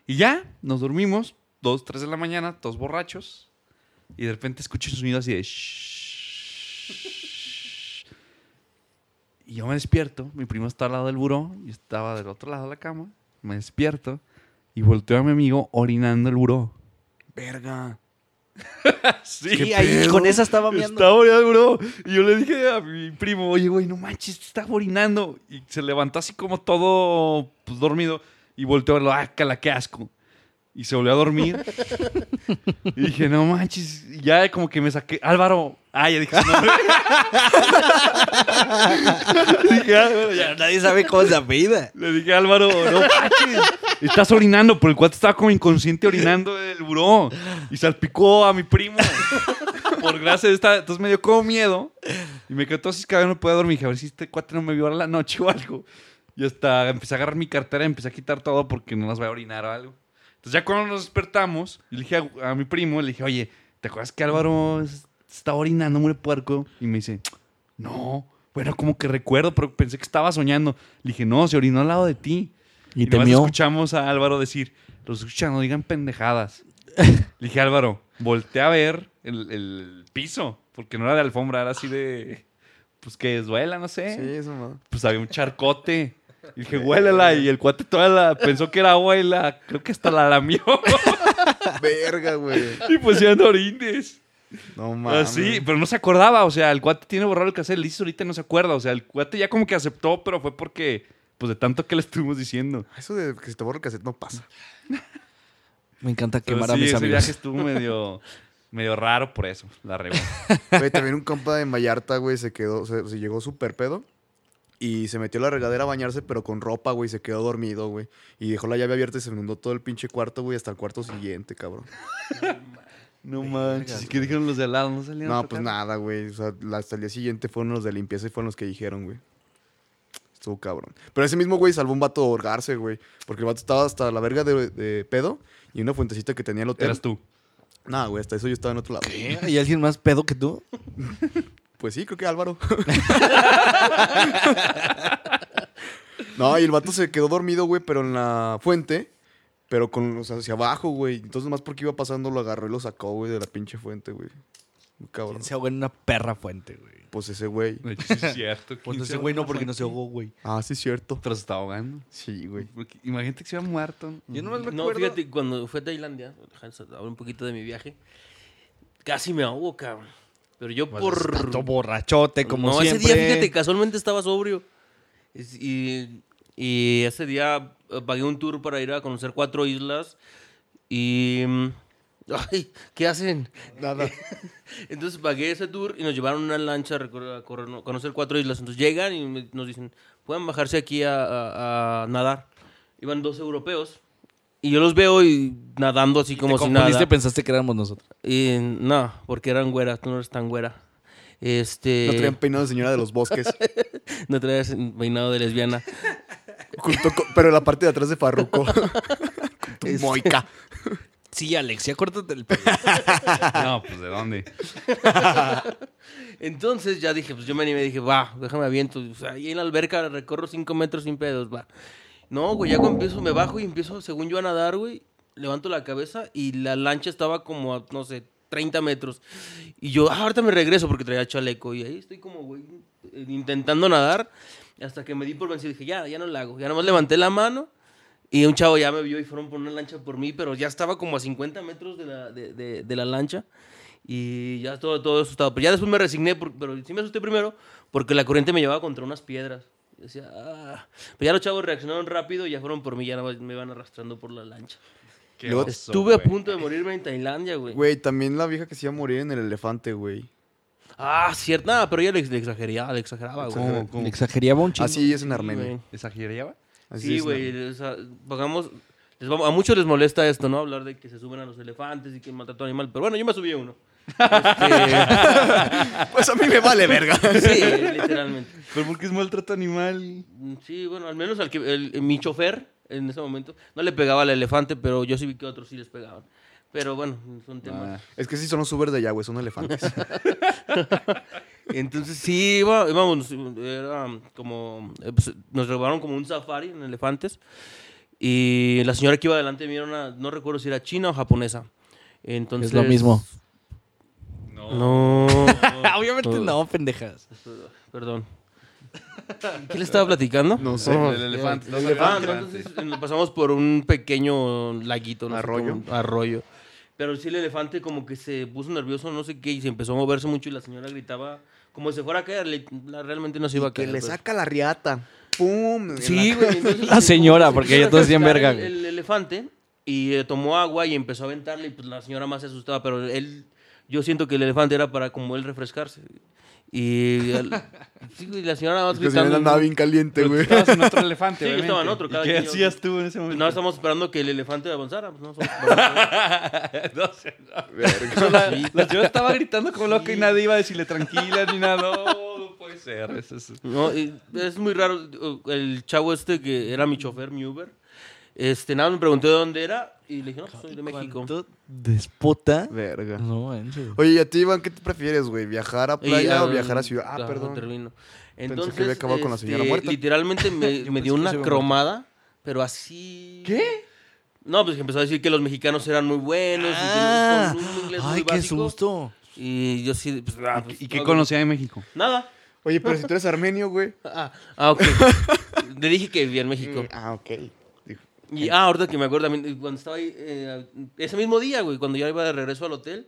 Speaker 2: Y ya nos dormimos, dos, tres de la mañana, todos borrachos. Y de repente escucho un sonido así de. shhh. Y yo me despierto. Mi primo está al lado del buró. Yo estaba del otro lado de la cama. Me despierto. Y volteo a mi amigo orinando el buró.
Speaker 3: Verga.
Speaker 1: Sí, ahí con esa estaba viendo.
Speaker 2: Estaba orinando, bro. Y yo le dije a mi primo, oye, güey, no manches, está orinando. Y se levantó así como todo pues, dormido y volteó a verlo, ah, cala, qué asco. Y se volvió a dormir. y dije, no manches. Y ya como que me saqué, Álvaro. Ah, ya dije, su nombre. dije, "Ah, bueno, ya".
Speaker 1: Nadie sabe cómo se apellida.
Speaker 2: Le dije, Álvaro, no manches. Estás orinando, pero el cuate estaba como inconsciente orinando del buró. Y salpicó a mi primo. Por gracia de esta. Entonces me dio como miedo. Y me quedé todo así, cabrón, no podía dormir. Dije, a ver si este cuate no me vio a la noche o algo. Y hasta empecé a agarrar mi cartera, empecé a quitar todo porque no las voy a orinar o algo. Entonces ya cuando nos despertamos, le dije a, a mi primo, le dije, oye, ¿te acuerdas que Álvaro es- está orinando, muere puerco? Y me dice, no, bueno, como que recuerdo, pero pensé que estaba soñando. Le dije, no, se orinó al lado de ti.
Speaker 1: Y
Speaker 2: nomás
Speaker 1: temió.
Speaker 2: escuchamos a Álvaro decir, los escuchan, no digan pendejadas. Le dije, Álvaro, volteé a ver el, el piso, porque no era de alfombra, era así de, pues que duela, no sé
Speaker 3: Sí, eso, mamá.
Speaker 2: pues había un charcote. Y dije, huélela. Y el cuate toda la, pensó que era agua y la, creo que hasta la lamió.
Speaker 3: Verga, güey.
Speaker 2: y pues ya no orines.
Speaker 3: No mames.
Speaker 2: Así, pero no se acordaba. O sea, el cuate tiene borrado el cassette. Listo, ahorita no se acuerda. O sea, el cuate ya como que aceptó, pero fue porque, pues de tanto que le estuvimos diciendo.
Speaker 3: Eso de que se te borra el cassette no pasa.
Speaker 1: Me encanta
Speaker 2: Pero
Speaker 1: quemar
Speaker 2: sí,
Speaker 1: a mis
Speaker 2: ese
Speaker 1: amigos.
Speaker 2: viaje estuvo medio, medio raro por eso. La regó.
Speaker 3: Güey, también un compa de Vallarta, güey, se quedó, se, se llegó súper pedo. Y se metió a la regadera a bañarse, pero con ropa, güey, se quedó dormido, güey. Y dejó la llave abierta y se inundó todo el pinche cuarto, güey, hasta el cuarto siguiente, cabrón.
Speaker 2: No manches. ¿Y qué dijeron los de al lado? No salieron. a
Speaker 3: No,
Speaker 2: tocar?
Speaker 3: pues nada, güey. O sea, la- hasta el día siguiente fueron los de limpieza y fueron los que dijeron, güey. estuvo cabrón. Pero ese mismo güey salvó un vato de ahorgarse, güey. Porque el vato estaba hasta la verga de, de pedo y una fuentecita que tenía el hotel.
Speaker 2: Eras tú.
Speaker 3: Nah, güey, hasta eso yo estaba en otro lado.
Speaker 1: ¿Y alguien más pedo que tú?
Speaker 3: Pues sí, creo que Álvaro. no, y el vato se quedó dormido, güey, pero en la fuente, pero con los hacia abajo, güey. Entonces, más porque iba pasando, lo agarró y lo sacó, güey, de la pinche fuente, güey. Muy Cabrón.
Speaker 1: Se ahogó en una perra fuente, güey.
Speaker 3: Pues ese güey.
Speaker 2: De hecho, sí es cierto.
Speaker 1: Pues ese güey no, porque no se ahogó, güey.
Speaker 3: Ah, sí, es cierto.
Speaker 2: Pero se está ahogando.
Speaker 3: Sí, güey.
Speaker 2: Porque Imagínate que se hubiera muerto.
Speaker 1: Yo no me
Speaker 4: No,
Speaker 1: recuerdo.
Speaker 4: fíjate, cuando fue a Tailandia, hablo un poquito de mi viaje, casi me ahogo, cabrón. Pero yo por...
Speaker 1: Tanto borrachote, como
Speaker 4: no,
Speaker 1: siempre.
Speaker 4: ese día, fíjate, casualmente estaba sobrio. Es- Y, y ese día eh, pagué un tour para ir a conocer cuatro islas. Y. mm, Ay, ¿qué hacen?
Speaker 3: Nada.
Speaker 4: Entonces pagué ese tour y nos llevaron una lancha a recor- a correr- conocer cuatro islas. Entonces llegan y me- nos dicen, pueden bajarse aquí a, a- a nadar. Iban dos europeos. Y yo los veo y nadando así como si nada.
Speaker 1: confundiste, pensaste que éramos nosotros.
Speaker 4: Y no, porque eran güeras, tú no eres tan güera. Este...
Speaker 3: No traían peinado de señora de los bosques.
Speaker 4: No traes peinado de lesbiana.
Speaker 3: junto con- pero la parte de atrás de Farruco. Moica.
Speaker 1: Sí, Alexia, córtate el pelo.
Speaker 2: No, pues ¿de dónde?
Speaker 4: Entonces ya dije, pues yo me animé, dije, va, déjame aviento. O sea, ahí en la alberca recorro cinco metros sin pedos, va. No, güey, ya cuando empiezo, me bajo y empiezo, según yo, a nadar, güey. Levanto la cabeza y la lancha estaba como a, no sé, 30 metros. Y yo, ah, ahorita me regreso porque traía chaleco. Y ahí estoy como, güey, eh, intentando nadar. Hasta que me di por vencido. Dije, ya, ya no la hago. Ya nomás levanté la mano. Y un chavo ya me vio y fueron por una lancha por mí, pero ya estaba como a 50 metros de la, de, de- de la lancha. Y ya todo, todo asustado. Pero ya después me resigné, por- pero sí me asusté primero porque la corriente me llevaba contra unas piedras. Y Decía, "Ah". Pero ya los chavos reaccionaron rápido y ya fueron por mí, ya nada más me van arrastrando por la lancha.
Speaker 2: Qué
Speaker 3: Luego
Speaker 2: oso,
Speaker 4: Estuve a
Speaker 2: güey.
Speaker 4: punto de morirme en Tailandia, güey.
Speaker 3: Güey, también la vieja que se iba a morir en el elefante, güey.
Speaker 4: Ah, cierto. Nada, pero ya le, le exageraba, le exageraba, güey.
Speaker 2: ¿Cómo? ¿Cómo?
Speaker 1: Exagereaba un chingo.
Speaker 3: Así es en
Speaker 4: Ah, Sí,
Speaker 3: Armenia.
Speaker 4: güey.
Speaker 2: ¿Exageraba?
Speaker 3: Así
Speaker 4: Sí,
Speaker 3: es en
Speaker 4: güey. o sea, pagamos. les vamos- a muchos les molesta esto, ¿no? Hablar de que se suben a los elefantes y que maltrató animal. Pero bueno, yo me subí a uno.
Speaker 3: Armenia. Pues a mí me vale verga.
Speaker 4: Este, Sí, literalmente.
Speaker 2: Pero porque es maltrato animal.
Speaker 4: Mm, Sí, bueno, al menos al que el- eh, mi chofer en ese momento no le pegaba al elefante, pero yo sí vi que otros sí les pegaban. Pero bueno,
Speaker 1: Ah.
Speaker 4: son temas.
Speaker 3: Es que sí son los Uber de allá, güey, son elefantes.
Speaker 4: Entonces sí, iba, íbamos, era como, eh, pues, nos robaron como un safari en elefantes y la señora que iba adelante vieron una, no recuerdo si era china o japonesa. Entonces,
Speaker 1: Es lo mismo.
Speaker 4: No.
Speaker 1: Obviamente no, pendejas.
Speaker 4: Perdón. ¿Qué le estaba platicando?
Speaker 3: No sé.
Speaker 4: Oh.
Speaker 2: El elefante. no
Speaker 4: Ah,
Speaker 2: sabía
Speaker 4: no,
Speaker 2: que era
Speaker 4: entonces
Speaker 2: antes.
Speaker 4: eh, pasamos por un pequeño laguito, no sé
Speaker 3: Arroyo.
Speaker 4: cómo, arroyo. Pero sí el elefante como que se puso nervioso, no sé qué, y se empezó a moverse mucho y la señora gritaba como si se fuera a caer, le- la- realmente no se iba a
Speaker 3: que
Speaker 4: caer.
Speaker 3: le
Speaker 4: pero-
Speaker 3: saca la riata. ¡Pum!
Speaker 4: Sí, güey. entonces,
Speaker 1: La señora,
Speaker 4: se
Speaker 1: porque
Speaker 4: quiso
Speaker 1: ella todo es bien
Speaker 4: rescatar
Speaker 1: verga,
Speaker 4: El,
Speaker 1: güey.
Speaker 4: el elefante y eh, tomó agua y empezó a aventarle y pues la señora más se asustaba, pero él, yo siento que el elefante era para como él refrescarse. Y, el- sí, güey, la señora más
Speaker 3: Es que si no
Speaker 4: gritando.
Speaker 3: andaba bien caliente,
Speaker 2: Pero tú
Speaker 3: güey.
Speaker 2: estabas en otro elefante,
Speaker 4: Sí, yo estaba
Speaker 2: obviamente.
Speaker 4: en otro,
Speaker 2: ¿Y
Speaker 4: cada
Speaker 2: ¿Qué
Speaker 4: quien yo-
Speaker 2: hacías tú en ese momento?
Speaker 4: No estamos esperando que el elefante avanzara. Pues no, estamos esperando.
Speaker 2: No sé, no.
Speaker 3: Verga.
Speaker 2: La,
Speaker 4: Sí.
Speaker 2: la señora estaba gritando como loca y nadie iba a decirle tranquila ni nada. No, no puede ser. Eso es-
Speaker 4: No, y es muy raro. uh, El chavo este que era mi chofer, mi Uber, este, nada, me preguntó de dónde era y le dije, no, pues soy de México.
Speaker 1: ¿Cuánto despota?
Speaker 3: Verga.
Speaker 1: No, manches.
Speaker 3: Oye, ¿y a ti, Iván, qué te prefieres, güey? ¿Viajar a
Speaker 4: Y,
Speaker 3: playa o
Speaker 4: um,
Speaker 3: viajar a ciudad? Ah,
Speaker 4: ya,
Speaker 3: perdón.
Speaker 4: termino.
Speaker 3: había
Speaker 4: Entonces,
Speaker 3: acabado con la señora
Speaker 4: este,
Speaker 3: muerta.
Speaker 4: Literalmente me, me dio
Speaker 1: que se
Speaker 4: una
Speaker 1: había
Speaker 4: cromada, pero así. ¿Qué? No, pues que empezó a decir que los mexicanos eran muy buenos.
Speaker 1: Ah,
Speaker 4: y que, con un inglés
Speaker 1: ay,
Speaker 4: muy
Speaker 1: qué
Speaker 4: básico.
Speaker 1: susto.
Speaker 4: Y yo sí, pues, ah, pues,
Speaker 2: ¿Y qué
Speaker 4: no,
Speaker 2: conocía de México?
Speaker 4: Nada.
Speaker 3: Oye, pero si tú eres armenio, güey.
Speaker 4: Ah, ah, ok. Le dije que vivía en México.
Speaker 3: Ah, ok. Dijo.
Speaker 4: Y ah, ahorita que me acuerdo también, cuando estaba ahí, eh, ese mismo día, güey, cuando ya iba de regreso al hotel,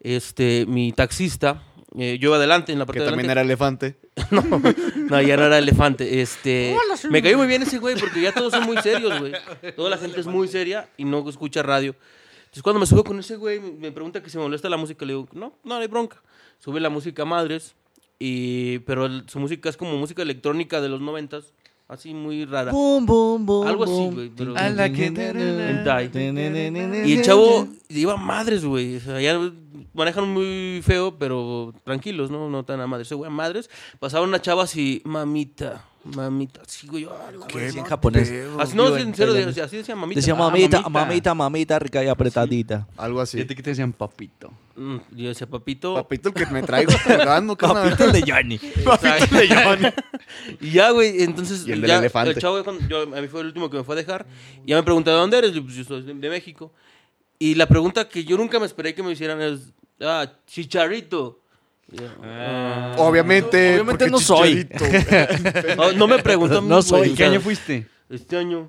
Speaker 4: este, mi taxista, eh, yo iba adelante en la parte
Speaker 3: Que
Speaker 4: de
Speaker 3: también
Speaker 4: adelante.
Speaker 3: era elefante.
Speaker 4: No, ya no era elefante. Este, me cayó muy bien ese güey, porque ya todos son muy serios, güey. Toda la gente es muy seria y no escucha radio. Entonces, cuando me subo con ese güey, me- me pregunta que si me molesta la música. Le digo, no, no, no hay bronca. Sube la música a madres, y, pero el- su música es como música electrónica de los noventas, así muy rara.
Speaker 1: Boom, boom, boom.
Speaker 4: Algo así,
Speaker 1: boom.
Speaker 4: güey, pero-
Speaker 1: A la que-
Speaker 4: Hentai.
Speaker 1: Y
Speaker 4: Y el chavo iba a madres, güey. O sea, ya manejan muy feo, pero tranquilos, ¿no? No tan a madres. Se güey a madres. Pasaba una chava así, mamita. Mamita. Sí, güey. yo, ah,
Speaker 1: ¿Qué
Speaker 4: güey,
Speaker 1: decía en
Speaker 4: sí.
Speaker 1: japonés?
Speaker 4: Así, no,
Speaker 1: Digo,
Speaker 4: en
Speaker 1: en
Speaker 4: serio,
Speaker 1: tailandés.
Speaker 4: así decía mamita.
Speaker 1: Decía
Speaker 4: Ah,
Speaker 1: mamita,
Speaker 2: mamita.
Speaker 1: mamita, mamita, rica y apretadita.
Speaker 3: Algo así.
Speaker 2: Fíjate que te decían papito.
Speaker 4: Mm, Yo decía, papito.
Speaker 3: Papito, el que me traigo colgando, carnal.
Speaker 1: Papito el de Johnny.
Speaker 4: Exacto. y ya, güey, entonces.
Speaker 3: Y el del
Speaker 4: ya,
Speaker 3: elefante.
Speaker 4: El chavo, güey, cuando yo, a mí fue el último que me fue a dejar. Y ya me pregunta, ¿de dónde eres? Y, pues, yo soy de, de México. Y la pregunta que yo nunca me esperé que me hicieran es, ah, chicharito. Y yo, ah.
Speaker 3: Obviamente.
Speaker 1: Obviamente
Speaker 3: porque
Speaker 1: no soy.
Speaker 3: chicharito, güey.
Speaker 4: Oh, no me preguntó a mí,
Speaker 1: No soy.
Speaker 4: güey,
Speaker 2: ¿Y
Speaker 4: o
Speaker 2: qué
Speaker 4: sea,
Speaker 2: año fuiste?
Speaker 4: Este año.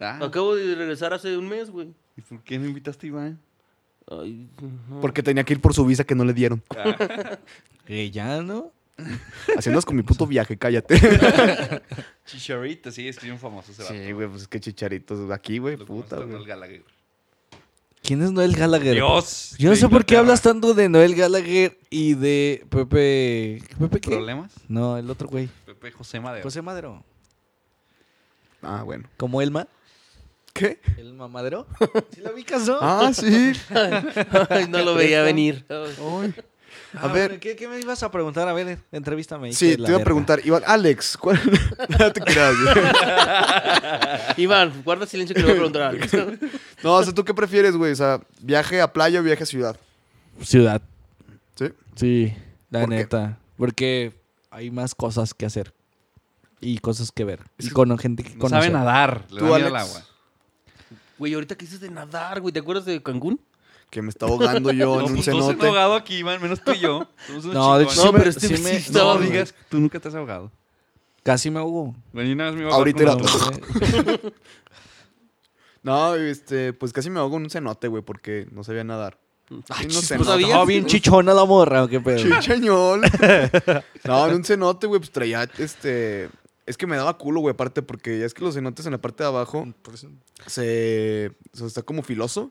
Speaker 2: Ah,
Speaker 4: Acabo de regresar hace un mes, güey.
Speaker 2: ¿Y por qué no invitaste a Iván?
Speaker 4: Ay, no.
Speaker 3: Porque tenía que ir por su visa que no le dieron.
Speaker 1: Que Eh, ya, ¿no?
Speaker 3: Así andas con mi puto viaje, cállate.
Speaker 2: Chicharito, sí, es que es un famoso. Se
Speaker 3: Sí, güey, pues es que chicharitos aquí, güey, puta, güey.
Speaker 1: ¿Quién es Noel Gallagher?
Speaker 2: Dios.
Speaker 1: Yo no
Speaker 2: de
Speaker 1: sé por qué
Speaker 2: Inglaterra.
Speaker 1: hablas tanto de Noel Gallagher y de Pepe. ¿Pepe qué?
Speaker 2: ¿Problemas?
Speaker 1: No, el otro güey.
Speaker 2: Pepe José Madero.
Speaker 1: José Madero.
Speaker 3: Ah, bueno.
Speaker 1: ¿Como Elma?
Speaker 3: ¿Qué?
Speaker 1: ¿Elma Madero? ¿Sí la ubicas, no?
Speaker 3: Ah, sí.
Speaker 4: Ay, no lo veía venir.
Speaker 3: Ay.
Speaker 1: Ah,
Speaker 3: A ver.
Speaker 1: bueno, ¿qué, qué me ibas a preguntar? A ver, entrevístame. hijo
Speaker 3: Sí,
Speaker 1: de
Speaker 3: te
Speaker 1: la
Speaker 3: iba a
Speaker 1: verga.
Speaker 3: preguntar, Iván, Alex, ¿cuál? no te creas, güey.
Speaker 4: Iván, guarda silencio que le voy a preguntar algo.
Speaker 3: No, o sea, ¿tú qué prefieres, güey? O sea, viaje a playa o viaje a ciudad.
Speaker 1: Ciudad.
Speaker 3: ¿Sí?
Speaker 1: Sí, la
Speaker 3: ¿Por qué?
Speaker 1: neta. Porque hay más cosas que hacer. Y cosas que ver.
Speaker 3: Es
Speaker 1: Y
Speaker 3: que
Speaker 1: con gente que
Speaker 2: No
Speaker 1: conocer.
Speaker 2: sabe nadar. Le da
Speaker 3: Tú,
Speaker 2: miedo al
Speaker 3: Alex.
Speaker 2: agua.
Speaker 4: Güey, ahorita que dices de nadar, güey, ¿te acuerdas de Cancún?
Speaker 3: Que me está ahogando yo en
Speaker 2: No,
Speaker 3: un
Speaker 2: pues todos se han
Speaker 3: cenote.
Speaker 2: ahogado aquí, Iván, menos tú y yo. Somos unos
Speaker 1: No, de hecho,
Speaker 2: chingones.
Speaker 1: sí me-
Speaker 4: pero este
Speaker 1: sí
Speaker 4: sí
Speaker 1: me-
Speaker 4: estaba
Speaker 2: No,
Speaker 1: no, güey.
Speaker 2: digas, tú nunca te has ahogado.
Speaker 1: Casi me ahogo.
Speaker 2: Bueno, yo una vez me iba a
Speaker 3: Ahorita
Speaker 2: ahogar con
Speaker 3: era
Speaker 2: los-
Speaker 3: No, este, pues casi me ahogo en un cenote, güey, porque no sabía nadar. Sí, no sé,
Speaker 4: pues,
Speaker 3: no,
Speaker 4: ¿sabías?
Speaker 1: No, bien chichona la morra, ¿o qué pedo.
Speaker 3: Chichañol. no, en un cenote, güey, pues traía este. Es que me daba culo, güey, aparte, porque ya es que los cenotes en la parte de abajo se. o sea, está como filoso.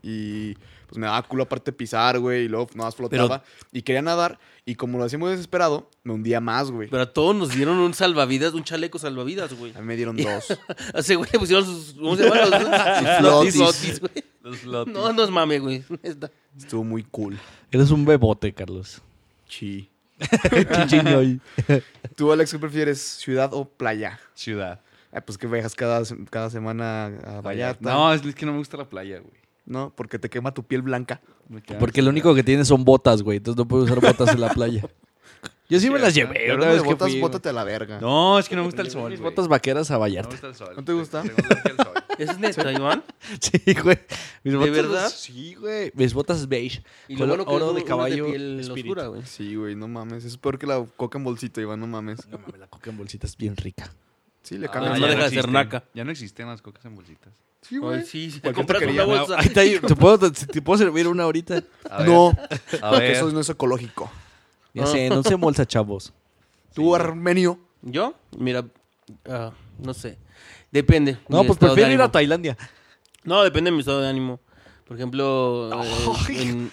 Speaker 3: Y pues me daba culo, aparte, pisar, güey, y luego nada más flotaba. Y quería nadar, y como lo hacía muy desesperado, me hundía más, güey.
Speaker 4: Pero a todos nos dieron un salvavidas, un chaleco salvavidas, güey.
Speaker 3: A mí me dieron dos.
Speaker 4: Hace, güey, pusieron sus. ¿Cómo se llaman? Los,
Speaker 3: flotis.
Speaker 4: flotis, güey.
Speaker 2: Los lotis.
Speaker 4: No, no es mame, güey. Neta.
Speaker 3: Estuvo muy cool.
Speaker 1: Eres un bebote, Carlos.
Speaker 3: Chi.
Speaker 1: Chichiñol.
Speaker 3: ¿Tú, Alex, qué prefieres, ciudad o playa?
Speaker 2: Ciudad.
Speaker 3: Ah, pues que viajas cada, se- cada semana a Vallarta.
Speaker 2: No, es que no me gusta la playa, güey.
Speaker 3: No, porque te quema tu piel blanca.
Speaker 2: Me queda-
Speaker 1: Porque lo único que tiene son botas, güey. Entonces no puedo usar botas en la playa. Yo sí me las llevé.
Speaker 3: Hablando
Speaker 1: Una
Speaker 3: Eh, de
Speaker 1: vez que
Speaker 3: botas,
Speaker 1: fui,
Speaker 3: bótate a la verga. No,
Speaker 2: No, es que no me gusta el
Speaker 1: güey.
Speaker 2: sol.
Speaker 1: Mis
Speaker 2: güey.
Speaker 1: botas vaqueras a
Speaker 2: No me
Speaker 1: Vallarta.
Speaker 2: gusta el sol.
Speaker 3: ¿No te gusta?
Speaker 2: Tengo alergia al sol.
Speaker 4: Eso es neta, Iván.
Speaker 1: Sí, güey. Mis
Speaker 4: ¿De
Speaker 1: botas,
Speaker 4: verdad?
Speaker 1: Sí, güey. Mis botas beige.
Speaker 4: Y lo
Speaker 1: color
Speaker 4: bueno que
Speaker 1: oro
Speaker 4: es
Speaker 1: de
Speaker 4: uno
Speaker 1: caballo.
Speaker 4: de piel
Speaker 1: espíritu.
Speaker 4: oscura, güey.
Speaker 3: Sí, güey, no mames. Es peor que la coca en bolsita, Iván, no mames.
Speaker 1: No mames, la coca en bolsita es bien rica.
Speaker 3: Sí, le
Speaker 4: Ah,
Speaker 2: Ah,
Speaker 3: cambias la...
Speaker 4: no deja de ser
Speaker 2: existen.
Speaker 4: naca.
Speaker 2: Ya no existen las cocas en bolsitas.
Speaker 3: Sí, güey.
Speaker 4: Ay, sí, sí. Te
Speaker 3: Cualquier
Speaker 4: compras una
Speaker 3: taquería.
Speaker 4: bolsa.
Speaker 1: Ahí está, yo- ¿Te puedo, te puedo servir una ahorita?
Speaker 2: A ver,
Speaker 3: No,
Speaker 2: A
Speaker 3: porque
Speaker 2: ver.
Speaker 3: eso no es ecológico.
Speaker 1: Ya sé, no se molsa, chavos.
Speaker 3: Tú, armenio.
Speaker 4: ¿Yo? Mira, ah, no sé. Depende.
Speaker 1: No,
Speaker 4: mi
Speaker 1: pues
Speaker 4: estado de
Speaker 1: prefiero ir a
Speaker 4: ánimo.
Speaker 1: Tailandia.
Speaker 4: No, depende de mi estado de ánimo. Por ejemplo. eh, en-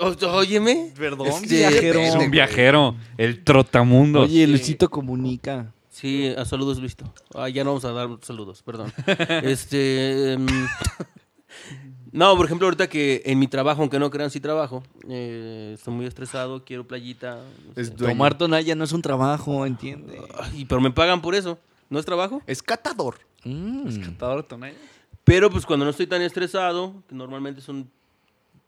Speaker 4: O- Óyeme.
Speaker 1: Perdón,
Speaker 4: Este,
Speaker 1: viajero.
Speaker 2: Es un viajero. El trotamundo.
Speaker 1: Oye, Luisito comunica.
Speaker 4: Sí, a saludos, listo. Ah, ya no vamos a dar saludos, perdón. este. em, no, por ejemplo, ahorita que en mi trabajo, aunque no crean, sí trabajo. eh, estoy muy estresado, quiero playita. no sé.
Speaker 3: Es dueño.
Speaker 1: Tomar tonalla no es un trabajo, ¿entiende?
Speaker 4: Ay, pero me pagan por eso. ¿No es trabajo?
Speaker 3: Es catador.
Speaker 1: Mm.
Speaker 4: Pero pues cuando no estoy tan estresado, que normalmente son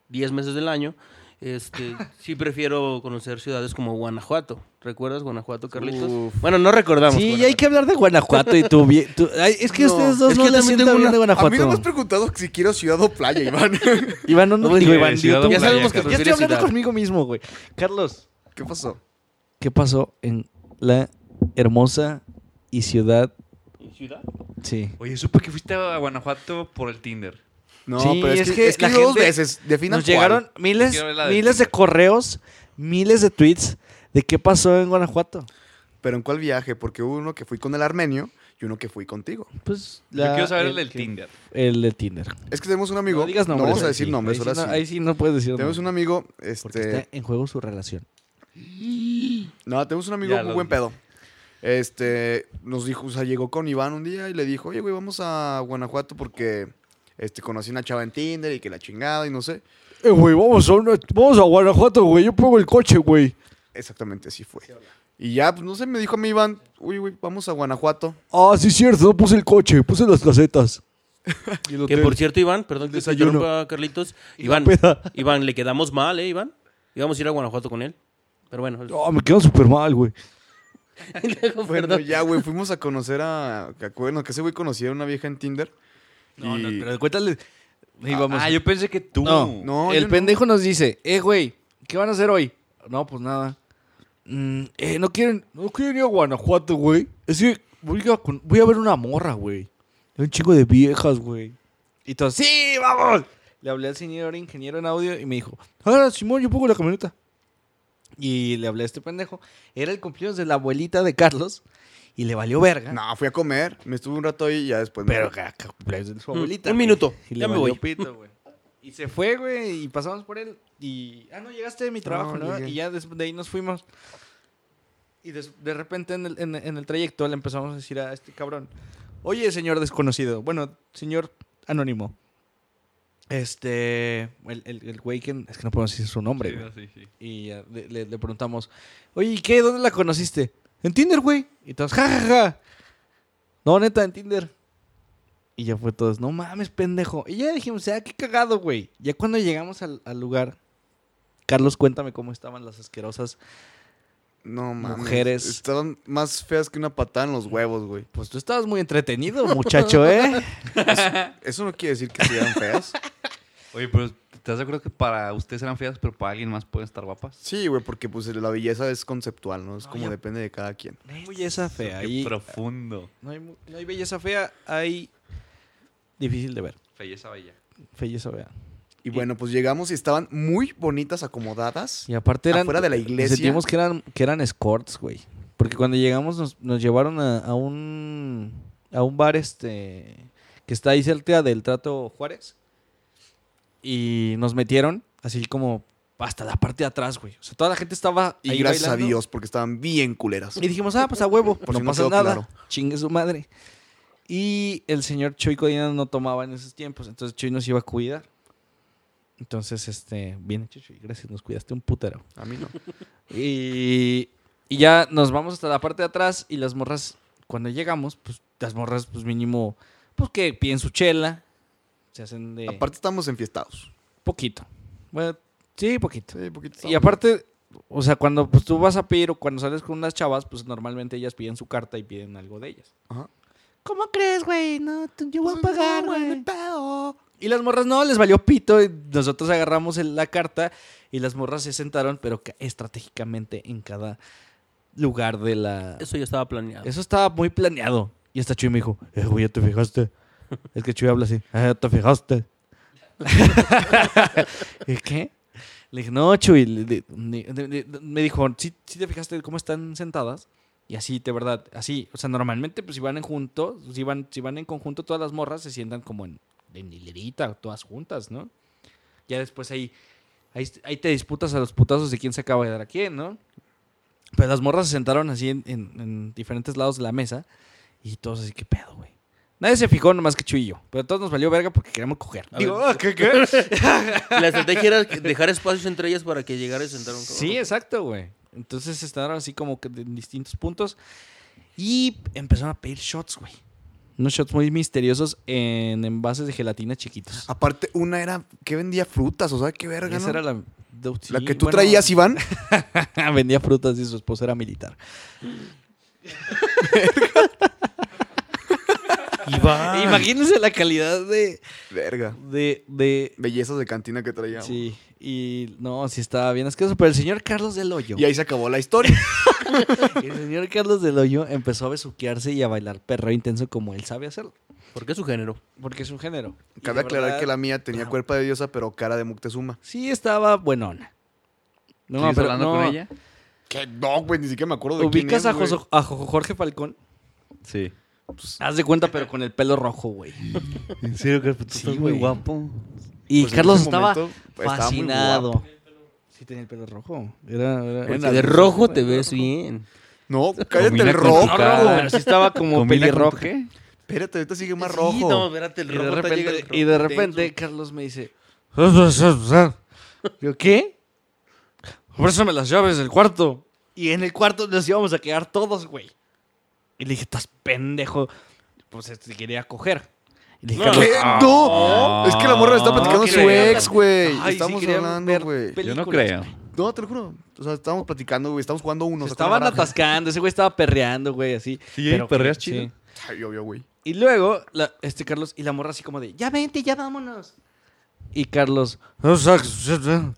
Speaker 4: 10 meses del año, este, sí prefiero conocer ciudades como Guanajuato. ¿Recuerdas Guanajuato, Carlitos?
Speaker 3: Uf.
Speaker 4: Bueno, no recordamos.
Speaker 1: Sí, y hay que hablar de Guanajuato y tu... vie- tu- Ay, es que
Speaker 3: No,
Speaker 1: ustedes dos
Speaker 4: es
Speaker 1: no
Speaker 4: que
Speaker 1: le
Speaker 4: también tengo
Speaker 1: sientan bien
Speaker 4: una-
Speaker 1: de
Speaker 3: A mí no me has
Speaker 1: Guanajuato.
Speaker 3: preguntado si quiero ciudad o playa, Iván.
Speaker 1: Iván, no nos
Speaker 4: Oye,
Speaker 1: digo, Iván, di
Speaker 2: ciudad o
Speaker 1: tú.
Speaker 2: playa,
Speaker 1: Ya sabemos que...
Speaker 4: Carlos.
Speaker 1: Ya estoy hablando
Speaker 4: Ciudad.
Speaker 1: conmigo mismo, güey. Carlos,
Speaker 3: ¿Qué pasó?
Speaker 1: ¿qué pasó en la hermosa y ciudad...
Speaker 4: ¿Ciudad?
Speaker 1: Sí.
Speaker 2: Oye, supe que fuiste a Guanajuato por el Tinder.
Speaker 3: No,
Speaker 1: Sí,
Speaker 3: pero es,
Speaker 1: es
Speaker 3: que,
Speaker 1: que
Speaker 3: es que
Speaker 1: la
Speaker 3: he ido dos
Speaker 1: gente-
Speaker 3: veces. Definan
Speaker 1: Nos
Speaker 3: cuál.
Speaker 1: llegaron miles,
Speaker 2: Quiero ver la de
Speaker 1: miles de
Speaker 2: Tinder.
Speaker 1: correos, miles de tweets de qué pasó en Guanajuato.
Speaker 3: Pero ¿en cuál viaje? Porque hubo uno que fui con el armenio y uno que fui contigo.
Speaker 1: Pues
Speaker 2: Yo quiero saber el, del
Speaker 1: que-
Speaker 2: Tinder.
Speaker 1: El de Tinder.
Speaker 3: Es que tenemos un amigo.
Speaker 1: no digas nombres.
Speaker 3: vamos a
Speaker 1: ahí
Speaker 3: decir
Speaker 1: sí.
Speaker 3: nombres,
Speaker 1: Ahí
Speaker 3: ahora
Speaker 1: sí.
Speaker 3: sí.
Speaker 1: no- ahí sí no puedes decir
Speaker 3: Tenemos un
Speaker 1: nombres.
Speaker 3: amigo,
Speaker 1: Porque
Speaker 3: este...
Speaker 1: está en juego su relación.
Speaker 3: No, tenemos un amigo
Speaker 2: Ya,
Speaker 3: muy
Speaker 2: los
Speaker 3: buen
Speaker 2: vi.
Speaker 3: pedo. Este, nos dijo, o sea, llegó con Iván un día y le dijo, oye, güey, vamos a Guanajuato porque este, conocí una chava en Tinder y que la chingada y no sé.
Speaker 1: Eh, güey, vamos a, una- vamos a Guanajuato, güey. Yo pongo el coche, güey.
Speaker 3: Exactamente así fue. Y ya, pues no sé, me dijo a mí Iván, uy, güey, vamos a Guanajuato.
Speaker 1: Ah, sí, es cierto, no puse el coche, puse las casetas.
Speaker 3: Y el
Speaker 4: Que
Speaker 3: hotel.
Speaker 4: por cierto, Iván, perdón que te
Speaker 1: Desayuno.
Speaker 4: interrumpa, Carlitos.
Speaker 1: Y la
Speaker 4: Iván,
Speaker 1: peda.
Speaker 4: Iván, le quedamos mal, ¿eh, Iván? Íbamos a ir a Guanajuato con él. Pero bueno.
Speaker 1: Ah, me quedan súper mal, güey.
Speaker 4: luego,
Speaker 3: Bueno,
Speaker 4: perdón.
Speaker 3: ya, güey, fuimos a conocer a. que- Bueno, que ese güey conocía a una vieja en Tinder.
Speaker 1: No, no,
Speaker 3: y-
Speaker 1: pero cuéntale. Ahí vamos.
Speaker 2: Ah, yo pensé que tú.
Speaker 1: No,
Speaker 3: No, yo
Speaker 1: el
Speaker 3: no.
Speaker 1: pendejo nos dice, eh, güey, ¿qué van a hacer hoy? No, pues nada. Mm, eh, no quieren, no quieren ir a Guanajuato, güey. Es que voy a, con- voy a ver una morra, güey. Hay un chico de viejas, güey. Y todo, sí, vamos. Le hablé al señor ingeniero en audio y me dijo, ah, Simón, yo pongo la camioneta. Y le hablé a este pendejo. Era el cumpleaños de la abuelita de Carlos y le valió verga.
Speaker 3: No, fui a comer, me estuve un rato ahí y ya después. me-
Speaker 1: Pero ca- ca- cumpleaños de su
Speaker 4: pues, Mm,
Speaker 1: abuelita.
Speaker 4: un
Speaker 1: güey.
Speaker 4: minuto,
Speaker 1: Y
Speaker 4: ya
Speaker 1: le
Speaker 4: me
Speaker 1: valió
Speaker 4: voy.
Speaker 1: pito, güey. Y se fue, güey, y pasamos por él. Y. Ah, no, llegaste de mi trabajo, ¿no?
Speaker 3: llegué.
Speaker 1: Y ya des- de ahí nos fuimos. Y des- de repente en el, en- en el trayecto le empezamos a decir a este cabrón: Oye, señor desconocido. Bueno, señor anónimo. Este. El, el, el güey que. Es que no podemos decir su nombre, güey. Y ya le, le- le preguntamos, oye, ¿y qué? ¿Dónde la conociste? En Tinder, güey. Y todos, ja, ja, ja. No, neta, en Tinder. Y ya fue todos, no mames, pendejo. Y ya dijimos, ah, qué cagado, güey. Ya cuando llegamos al, al lugar, Carlos, cuéntame cómo estaban las asquerosas.
Speaker 3: No mames.
Speaker 1: Mujeres.
Speaker 3: Estaban más feas que una patada en los huevos, güey.
Speaker 1: Pues tú estabas muy entretenido, muchacho, ¿eh?
Speaker 3: Eso no quiere decir que sean feas.
Speaker 2: Oye, pero ¿te das acuerdo que para ustedes eran feas, pero para alguien más pueden estar guapas?
Speaker 3: Sí, güey, porque pues la belleza es conceptual, ¿no? Es como
Speaker 1: yo-
Speaker 3: depende de cada quien.
Speaker 1: No hay belleza fea.
Speaker 2: Qué
Speaker 1: ahí-
Speaker 2: profundo.
Speaker 1: no, hay, mu- no hay belleza fea, hay... Difícil de ver.
Speaker 2: Belleza bella.
Speaker 1: Belleza fea.
Speaker 3: Y bueno, pues llegamos y estaban muy bonitas, acomodadas.
Speaker 1: Y aparte eran. eh,
Speaker 3: Afuera de la iglesia.
Speaker 1: Sentimos que eran, que eran escorts, güey. Porque cuando llegamos nos, nos llevaron a, a un. a un bar este. que está ahí cerca del trato Juárez. Y nos metieron así como hasta la parte de atrás, güey. O sea, toda la gente estaba.
Speaker 3: Y
Speaker 1: ahí
Speaker 3: gracias
Speaker 1: bailando.
Speaker 3: a Dios, porque estaban bien culeras.
Speaker 1: Y dijimos, ah, pues a huevo,
Speaker 3: Por
Speaker 1: no
Speaker 3: si no
Speaker 1: pasa
Speaker 3: quedó
Speaker 1: nada.
Speaker 3: claro.
Speaker 1: Chingue su madre. Y el señor Chuy Codina no tomaba en esos tiempos, entonces Chuy nos iba a cuidar. Entonces, este, bien hecho, Chuy, gracias, nos cuidaste un putero.
Speaker 3: A mí no.
Speaker 1: Y, y ya nos vamos hasta la parte de atrás y las morras, cuando llegamos, pues las morras, pues mínimo, pues que piden su chela, se hacen de
Speaker 3: Aparte estábamos enfiestados.
Speaker 1: poquito. Bueno, sí, poquito.
Speaker 3: Sí, poquito
Speaker 1: Y aparte, o sea, cuando pues, tú vas a pedir o cuando sales con unas chavas, pues normalmente ellas piden su carta y piden algo de ellas.
Speaker 3: Ajá.
Speaker 1: ¿Cómo crees, güey? No, tú- yo voy a pagar, güey. Y las morras no, les valió pito. y nosotros agarramos el- la carta y las morras se sentaron, pero ca- estratégicamente en cada lugar de la.
Speaker 4: Eso ya estaba planeado.
Speaker 1: Eso estaba muy planeado. Y hasta Chuy me dijo, eh, güey, ya te fijaste. Es que Chuy habla así, "Ah, ya te fijaste. ¿Y qué? Le dije, no, Chuy. le- le- le- le- le- me dijo, ¿Sí, sí te fijaste cómo están sentadas. Y así, de verdad, así. O sea, normalmente, pues si van en junto, si van, si van en conjunto todas las morras, se sientan como en, en hilerita, todas juntas, ¿no? Ya después ahí, ahí, ahí te disputas a los putazos de quién se acaba de dar a quién, ¿no? Pero Pues las morras se sentaron así en, en- en diferentes lados de la mesa y todos así, ¿qué pedo, güey? Nadie se fijó nomás que Chuy y yo, pero a todos nos valió verga porque queríamos coger.
Speaker 4: A
Speaker 1: Digo,
Speaker 4: ver.
Speaker 1: "Ah, ¿qué, qué?".
Speaker 4: La estrategia era que dejar espacios entre ellas para que llegara y sentara un cabrón.
Speaker 1: Sí, exacto, güey. Entonces estaban así como que en distintos puntos y empezaron a pedir shots, güey. Unos shots muy misteriosos en envases de gelatina chiquitos.
Speaker 3: Aparte, una era que vendía frutas, o sea, qué Ah, verga,
Speaker 1: Esa
Speaker 3: ¿no?
Speaker 1: era
Speaker 3: la,
Speaker 1: la... do- sí,
Speaker 3: que tú
Speaker 1: bueno, ah,
Speaker 3: traías, Iván.
Speaker 1: Vendía frutas y su esposa era militar.
Speaker 3: Ah.
Speaker 4: Iván.
Speaker 1: Imagínense la calidad de...
Speaker 3: verga.
Speaker 1: de, de
Speaker 3: Bellezas de cantina que traía. güey.
Speaker 1: Sí, y no, sí estaba bien asqueroso, pero el señor Carlos del Hoyo,
Speaker 3: Y ahí se acabó la historia.
Speaker 1: el señor Carlos del Hoyo empezó a besuquearse y a bailar perro intenso como él sabe hacerlo,
Speaker 4: ¿Por qué su género?
Speaker 1: porque es un género. Y
Speaker 3: Cabe
Speaker 1: de
Speaker 3: aclarar
Speaker 1: verdad,
Speaker 3: que la mía tenía cuerpo de diosa, pero cara de Moctezuma.
Speaker 1: Sí estaba buenona. No,
Speaker 2: ¿Sigues
Speaker 1: pero
Speaker 2: hablando
Speaker 1: no,
Speaker 2: con ella?
Speaker 3: Que no, güey, ni siquiera me acuerdo de quién
Speaker 1: Ubicas
Speaker 3: es,
Speaker 1: a,
Speaker 3: güey.
Speaker 1: Joso- a Jo- Jorge Falcón, pues,
Speaker 2: Sí.
Speaker 1: haz de cuenta, pero con el pelo rojo, güey.
Speaker 2: En serio, que tú estás
Speaker 1: güey.
Speaker 2: muy guapo.
Speaker 1: Y
Speaker 3: Pues en
Speaker 1: Carlos
Speaker 3: ese
Speaker 1: estaba
Speaker 3: momento, estaba muy
Speaker 1: fascinado.
Speaker 3: guapo.
Speaker 1: Sí tenía el pelo rojo. Era, era-
Speaker 3: Pues
Speaker 1: era-
Speaker 4: de rojo te ves bien.
Speaker 3: No, cállate
Speaker 2: Combina
Speaker 3: el
Speaker 2: con tu
Speaker 3: rojo.
Speaker 1: No, rojo, pero sí estaba como
Speaker 2: ¿Combina con tu
Speaker 1: pelirrojo.
Speaker 2: qué?
Speaker 3: Espérate, ahorita sigue más
Speaker 4: Sí, no,
Speaker 3: rojo.
Speaker 4: espérate, el
Speaker 1: Y
Speaker 4: rojo
Speaker 1: de
Speaker 4: te llega el
Speaker 1: repente,
Speaker 4: rojo
Speaker 1: y de
Speaker 4: intenso.
Speaker 1: repente Carlos me dice, "Yo, ¿qué? Préstame las llaves del cuarto. Y en el cuarto nos íbamos a quedar todos, güey. Y le dije, estás pendejo. Pues este, quería coger. Y le dije,
Speaker 4: No.
Speaker 1: "Carlos,
Speaker 3: ¿Qué?
Speaker 2: Ah.
Speaker 3: ¡No! Es que la morra le está platicando a
Speaker 1: No
Speaker 3: su
Speaker 1: creo.
Speaker 3: ex, güey.
Speaker 1: Ay, sí
Speaker 3: Estamos
Speaker 1: quería
Speaker 3: hablando,
Speaker 1: ver
Speaker 3: güey.
Speaker 1: peli-
Speaker 2: Yo no
Speaker 1: películas,
Speaker 2: creo.
Speaker 3: No, te lo juro. O sea, estábamos platicando, güey. Estamos jugando
Speaker 1: se
Speaker 3: uno. o sea, con
Speaker 1: estaban
Speaker 3: la baraja.
Speaker 1: atascando, ese güey estaba perreando, güey, así.
Speaker 2: Sí,
Speaker 1: Pero que-
Speaker 2: perreas
Speaker 1: sí.
Speaker 2: chido.
Speaker 3: Ay, obvio, güey.
Speaker 1: Y luego, la- este Carlos y la morra así como de, ya vente, ya vámonos. Y Carlos, no saques- dije, no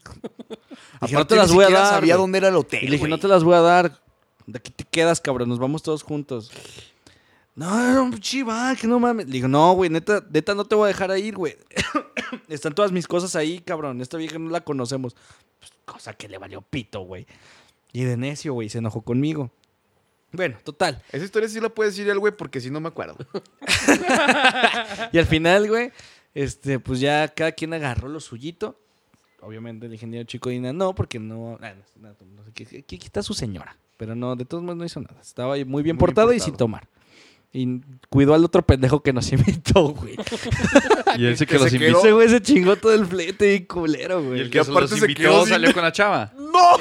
Speaker 3: Aparte,
Speaker 1: te las
Speaker 3: ni
Speaker 1: voy a
Speaker 3: siquiera
Speaker 1: dar.
Speaker 3: sabía
Speaker 1: güey".
Speaker 3: dónde era el
Speaker 1: Y
Speaker 3: hotel,
Speaker 1: le dije, no
Speaker 3: güey.
Speaker 1: te las voy a dar. De aquí te quedas, cabrón. Nos vamos todos juntos. No, era un chiva, que no mames. Le digo, no, güey, neta, neta no te voy a dejar a ir, güey. Están todas mis cosas ahí, cabrón. Esta vieja no la conocemos. Pues, cosa que le valió pito, güey. Y de necio, güey, se enojó conmigo. Bueno, total.
Speaker 3: Esa historia sí la puede decir el güey porque si no me acuerdo.
Speaker 1: Y al final, güey, este, pues ya cada quien agarró lo suyito. Obviamente el ingeniero Chico Dina no, porque no, ah, no, no, no sé, que- que- que está su señora. Pero no, de todos modos no hizo nada. Estaba ahí muy bien
Speaker 3: Muy bien
Speaker 1: portado y
Speaker 3: portado.
Speaker 1: sin tomar. Y cuidó al otro pendejo que nos invitó, güey.
Speaker 2: Y él sí que,
Speaker 3: Que se
Speaker 2: los invitó.
Speaker 3: quedó-
Speaker 1: Ese güey se chingó todo el flete y culero,
Speaker 2: Y
Speaker 1: güey.
Speaker 2: el
Speaker 3: que
Speaker 2: que
Speaker 3: aparte
Speaker 2: los
Speaker 3: se quedó
Speaker 2: invitó
Speaker 3: sin-
Speaker 2: salió con la chava.
Speaker 3: ¡No!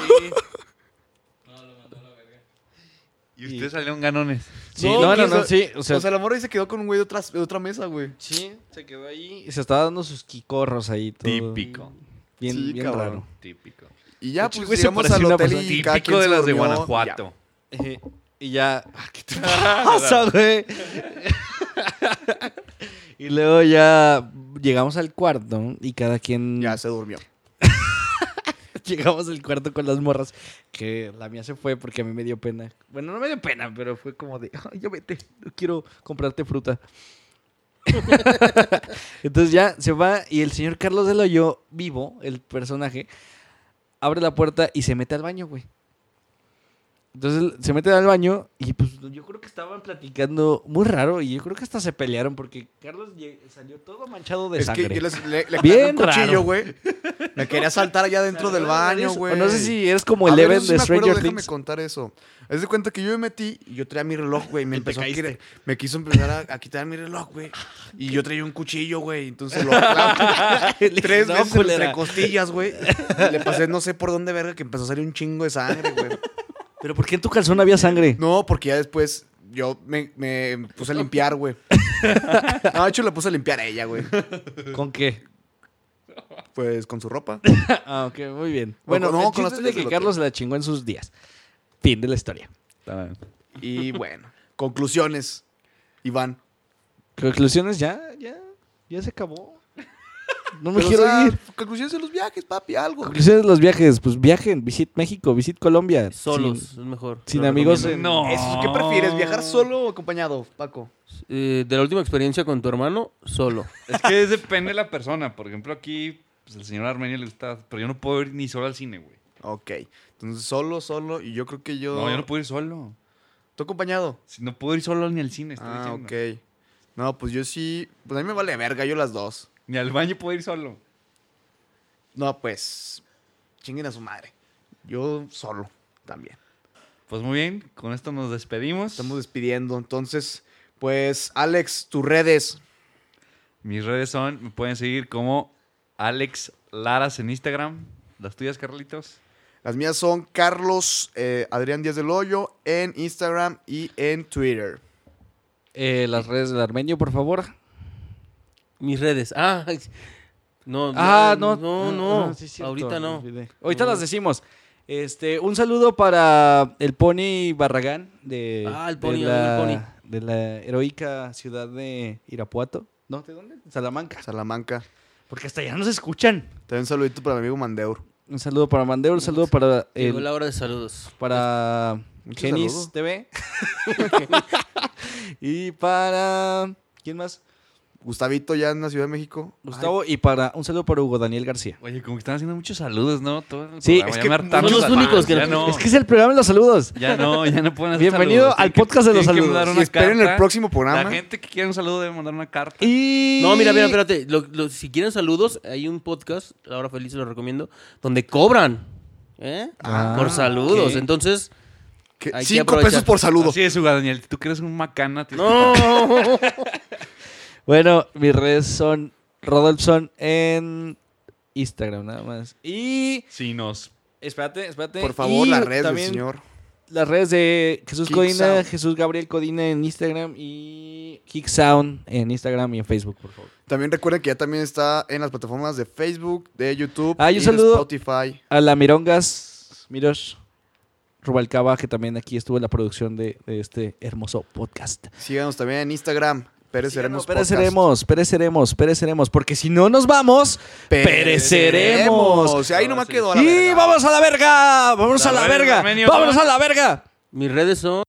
Speaker 2: Y ustedes salieron ganones.
Speaker 1: Sí, no, no,
Speaker 3: güey,
Speaker 1: no,
Speaker 3: o sea,
Speaker 1: sí. O
Speaker 3: O sea,
Speaker 1: sea,
Speaker 3: la morra ahí se quedó con un güey de, otras- de otra mesa, güey.
Speaker 1: sí, se quedó ahí y se estaba dando sus quicorros ahí. Todo
Speaker 2: Típico.
Speaker 1: Bien,
Speaker 3: Sí,
Speaker 1: bien
Speaker 3: cabrón.
Speaker 1: raro.
Speaker 2: Típico.
Speaker 3: Y ya,
Speaker 1: El chico
Speaker 3: pues,
Speaker 1: se
Speaker 3: llegamos
Speaker 1: parecía
Speaker 3: al
Speaker 1: una
Speaker 3: hotel
Speaker 1: persona-
Speaker 3: y cada
Speaker 2: Típico
Speaker 3: quien
Speaker 2: de
Speaker 3: se
Speaker 2: las de
Speaker 3: durmió,
Speaker 2: Guanajuato.
Speaker 1: Ejé, Y ya. ah, ¿Qué te pasa, güey? y luego ya llegamos al cuarto y cada quien.
Speaker 3: Ya, ya se durmió.
Speaker 1: Llegamos al cuarto con las morras. Que la mía se fue porque a mí me dio pena. Bueno, no me dio pena, pero fue como de. "Ay, ya vete, no quiero comprarte fruta. Entonces ya se va y el señor Carlos de Loyo, vivo, el personaje, abre la puerta y se mete al baño, güey. Entonces se meten al baño y pues yo creo que estaban platicando muy raro y yo creo que hasta se pelearon porque Carlos lle- salió todo manchado de
Speaker 3: Es
Speaker 1: sangre.
Speaker 3: que yo les- le, le
Speaker 1: Bien
Speaker 3: clavé un
Speaker 1: raro.
Speaker 3: cuchillo, güey. Me quería saltar allá dentro del baño,
Speaker 1: O
Speaker 3: güey.
Speaker 1: No sé si eres como
Speaker 3: A
Speaker 1: el
Speaker 3: ver,
Speaker 1: Eleven
Speaker 3: eso sí
Speaker 1: de
Speaker 3: me acuerdo,
Speaker 1: Stranger
Speaker 3: déjame
Speaker 1: Things.
Speaker 3: contar eso. Haz de cuenta que yo me metí y yo traía mi reloj, güey. Me
Speaker 1: Y te
Speaker 3: empezó a
Speaker 1: caíste.
Speaker 3: querer- me quiso empezar a, a quitar mi reloj, güey. Y yo traía un cuchillo, güey. Entonces lo clavo
Speaker 1: Le dije,
Speaker 3: tres
Speaker 1: "No,
Speaker 3: veces
Speaker 1: culera".
Speaker 3: entre costillas, güey. Y Le pasé no sé por dónde verga que empezó a salir un chingo de sangre, güey.
Speaker 1: Pero ¿por qué en tu calzón había sangre?
Speaker 3: No, porque ya después yo me, me puse a limpiar, güey. No, de hecho la puse a limpiar a ella, güey.
Speaker 1: ¿Con qué?
Speaker 3: Pues con su ropa.
Speaker 1: Ah, ok, muy bien. Bueno,
Speaker 3: con- no,
Speaker 1: el
Speaker 3: con
Speaker 1: chiste es
Speaker 3: las tuyas
Speaker 1: de
Speaker 3: del
Speaker 1: que
Speaker 3: hotel.
Speaker 1: Carlos se la chingó en sus días. Fin de la historia.
Speaker 2: Está bien.
Speaker 3: Y bueno, conclusiones. Iván.
Speaker 1: Conclusiones, ya, ya, ya se acabó. No me
Speaker 3: Pero, o
Speaker 1: quiero
Speaker 3: sea,
Speaker 1: ir.
Speaker 3: Conclusiones de los viajes, papi, algo.
Speaker 1: Conclusiones de los viajes, pues viajen, visit México, visit Colombia.
Speaker 4: Solos,
Speaker 1: Sin-
Speaker 4: es mejor.
Speaker 1: sin
Speaker 4: Lo
Speaker 1: amigos
Speaker 4: recomiendo.
Speaker 2: No.
Speaker 3: Eso, ¿Qué prefieres, viajar solo o acompañado, Paco?
Speaker 4: Eh, de la última experiencia con tu hermano, solo.
Speaker 2: Es que depende de la persona. Por ejemplo, aquí, pues el señor Armenio le gusta. Pero yo no puedo ir ni solo al cine, güey.
Speaker 3: Ok. Entonces, solo, solo. Y yo creo que yo.
Speaker 2: No, yo no puedo ir solo.
Speaker 3: ¿Tú acompañado?
Speaker 2: Si No puedo ir solo ni al cine, estoy
Speaker 3: Ah,
Speaker 2: diciendo.
Speaker 3: ok. No, pues yo sí. Pues a mí me vale verga, yo las dos.
Speaker 2: Ni al baño puedo ir solo.
Speaker 3: No, pues. Chinguen a su madre. Yo solo también.
Speaker 2: Pues muy bien, con esto nos despedimos.
Speaker 3: Estamos despidiendo. Entonces, pues, Alex, tus redes.
Speaker 2: Mis redes son, me pueden seguir como Alex Laras en Instagram. Las tuyas, Carlitos.
Speaker 3: Las mías son Carlos eh, Adrián Díaz del Hoyo en Instagram y en Twitter.
Speaker 1: Eh, las redes del Armenio, por favor.
Speaker 4: Mis redes. Ah, no,
Speaker 1: Ah, no.
Speaker 4: No,
Speaker 1: ah,
Speaker 4: no.
Speaker 1: ah, sí, cierto,
Speaker 4: Ahorita
Speaker 1: me
Speaker 4: no.
Speaker 1: olvidé. Ahorita
Speaker 4: No.
Speaker 1: las decimos. Este, un saludo para el Pony Barragán de,
Speaker 4: Ah, el
Speaker 1: de
Speaker 4: Pony, amigo, el
Speaker 1: la, de la heroica ciudad de Irapuato. ¿No? ¿De dónde? Salamanca.
Speaker 3: Salamanca.
Speaker 1: Porque hasta allá nos escuchan.
Speaker 3: También un saludito para mi amigo Mandeur.
Speaker 1: Un saludo para Mandeo, un saludo para
Speaker 4: Llegó
Speaker 1: el-
Speaker 4: la hora de saludos.
Speaker 1: para
Speaker 3: Mucho
Speaker 1: Genis
Speaker 3: saludo.
Speaker 1: TV y para quién más?
Speaker 3: Gustavito ya en la Ciudad de México.
Speaker 1: Gustavo y para un saludo para Hugo Daniel García.
Speaker 2: Oye, como que están haciendo muchos saludos, ¿no? Todo el
Speaker 1: Sí,
Speaker 2: programa.
Speaker 1: es
Speaker 2: Ya
Speaker 1: que
Speaker 2: me hartaron
Speaker 4: son los
Speaker 2: saludos,
Speaker 4: únicos que
Speaker 2: ya
Speaker 4: no-
Speaker 2: no.
Speaker 1: Es que es el programa de los saludos.
Speaker 2: Ya no, ya no pueden hacer
Speaker 1: Bienvenido
Speaker 2: saludos.
Speaker 1: al
Speaker 2: Tienen que-
Speaker 1: podcast de los
Speaker 2: tienen que
Speaker 1: saludos.
Speaker 2: mandar
Speaker 1: Y
Speaker 2: una
Speaker 3: esperen el
Speaker 2: carta.
Speaker 3: próximo programa.
Speaker 2: La gente que quiera un saludo debe mandar una carta.
Speaker 1: Y
Speaker 4: No, mira, mira, espérate. Lo- lo- si quieren saludos, hay un podcast, La Hora Feliz, se lo recomiendo, donde cobran. ¿eh?
Speaker 1: Ah,
Speaker 4: por saludos.
Speaker 1: ok.
Speaker 4: Entonces,
Speaker 3: Que
Speaker 4: Hay que
Speaker 3: cinco
Speaker 4: aprovechar.
Speaker 3: pesos por saludo.
Speaker 2: Así es, Hugo Daniel. Tú que eres un macana. te-
Speaker 4: no.
Speaker 1: Bueno, mis redes son Rodolfson en Instagram nada más. Y
Speaker 2: Si nos
Speaker 1: espérate, espérate.
Speaker 3: Por favor,
Speaker 1: Y
Speaker 3: las redes del
Speaker 1: también
Speaker 3: señor.
Speaker 1: las redes de Jesús
Speaker 3: Kick
Speaker 1: Codina,
Speaker 3: Sound.
Speaker 1: Jesús Gabriel Codina en Instagram y Kick Sound en Instagram y en Facebook, por favor.
Speaker 3: También recuerden que ya también está en las plataformas de Facebook, de YouTube,
Speaker 1: Ah, y
Speaker 3: y
Speaker 1: un
Speaker 3: de
Speaker 1: saludo.
Speaker 3: Spotify.
Speaker 1: A la Mirongas, Miros Rubalcaba, que también aquí estuvo en la producción de, de este hermoso podcast.
Speaker 3: Síganos también en Instagram. Pereceremos. Podcast.
Speaker 1: pereceremos, pereceremos, pereceremos, porque si no nos vamos, pereceremos.
Speaker 3: O sea, ahí no me quedó
Speaker 1: Y vamos a la verga, vamos
Speaker 2: La
Speaker 1: a la
Speaker 2: verga,
Speaker 1: verga,
Speaker 2: Armenio,
Speaker 1: vámonos
Speaker 2: ¿no?
Speaker 1: a la verga.
Speaker 4: Mis redes son.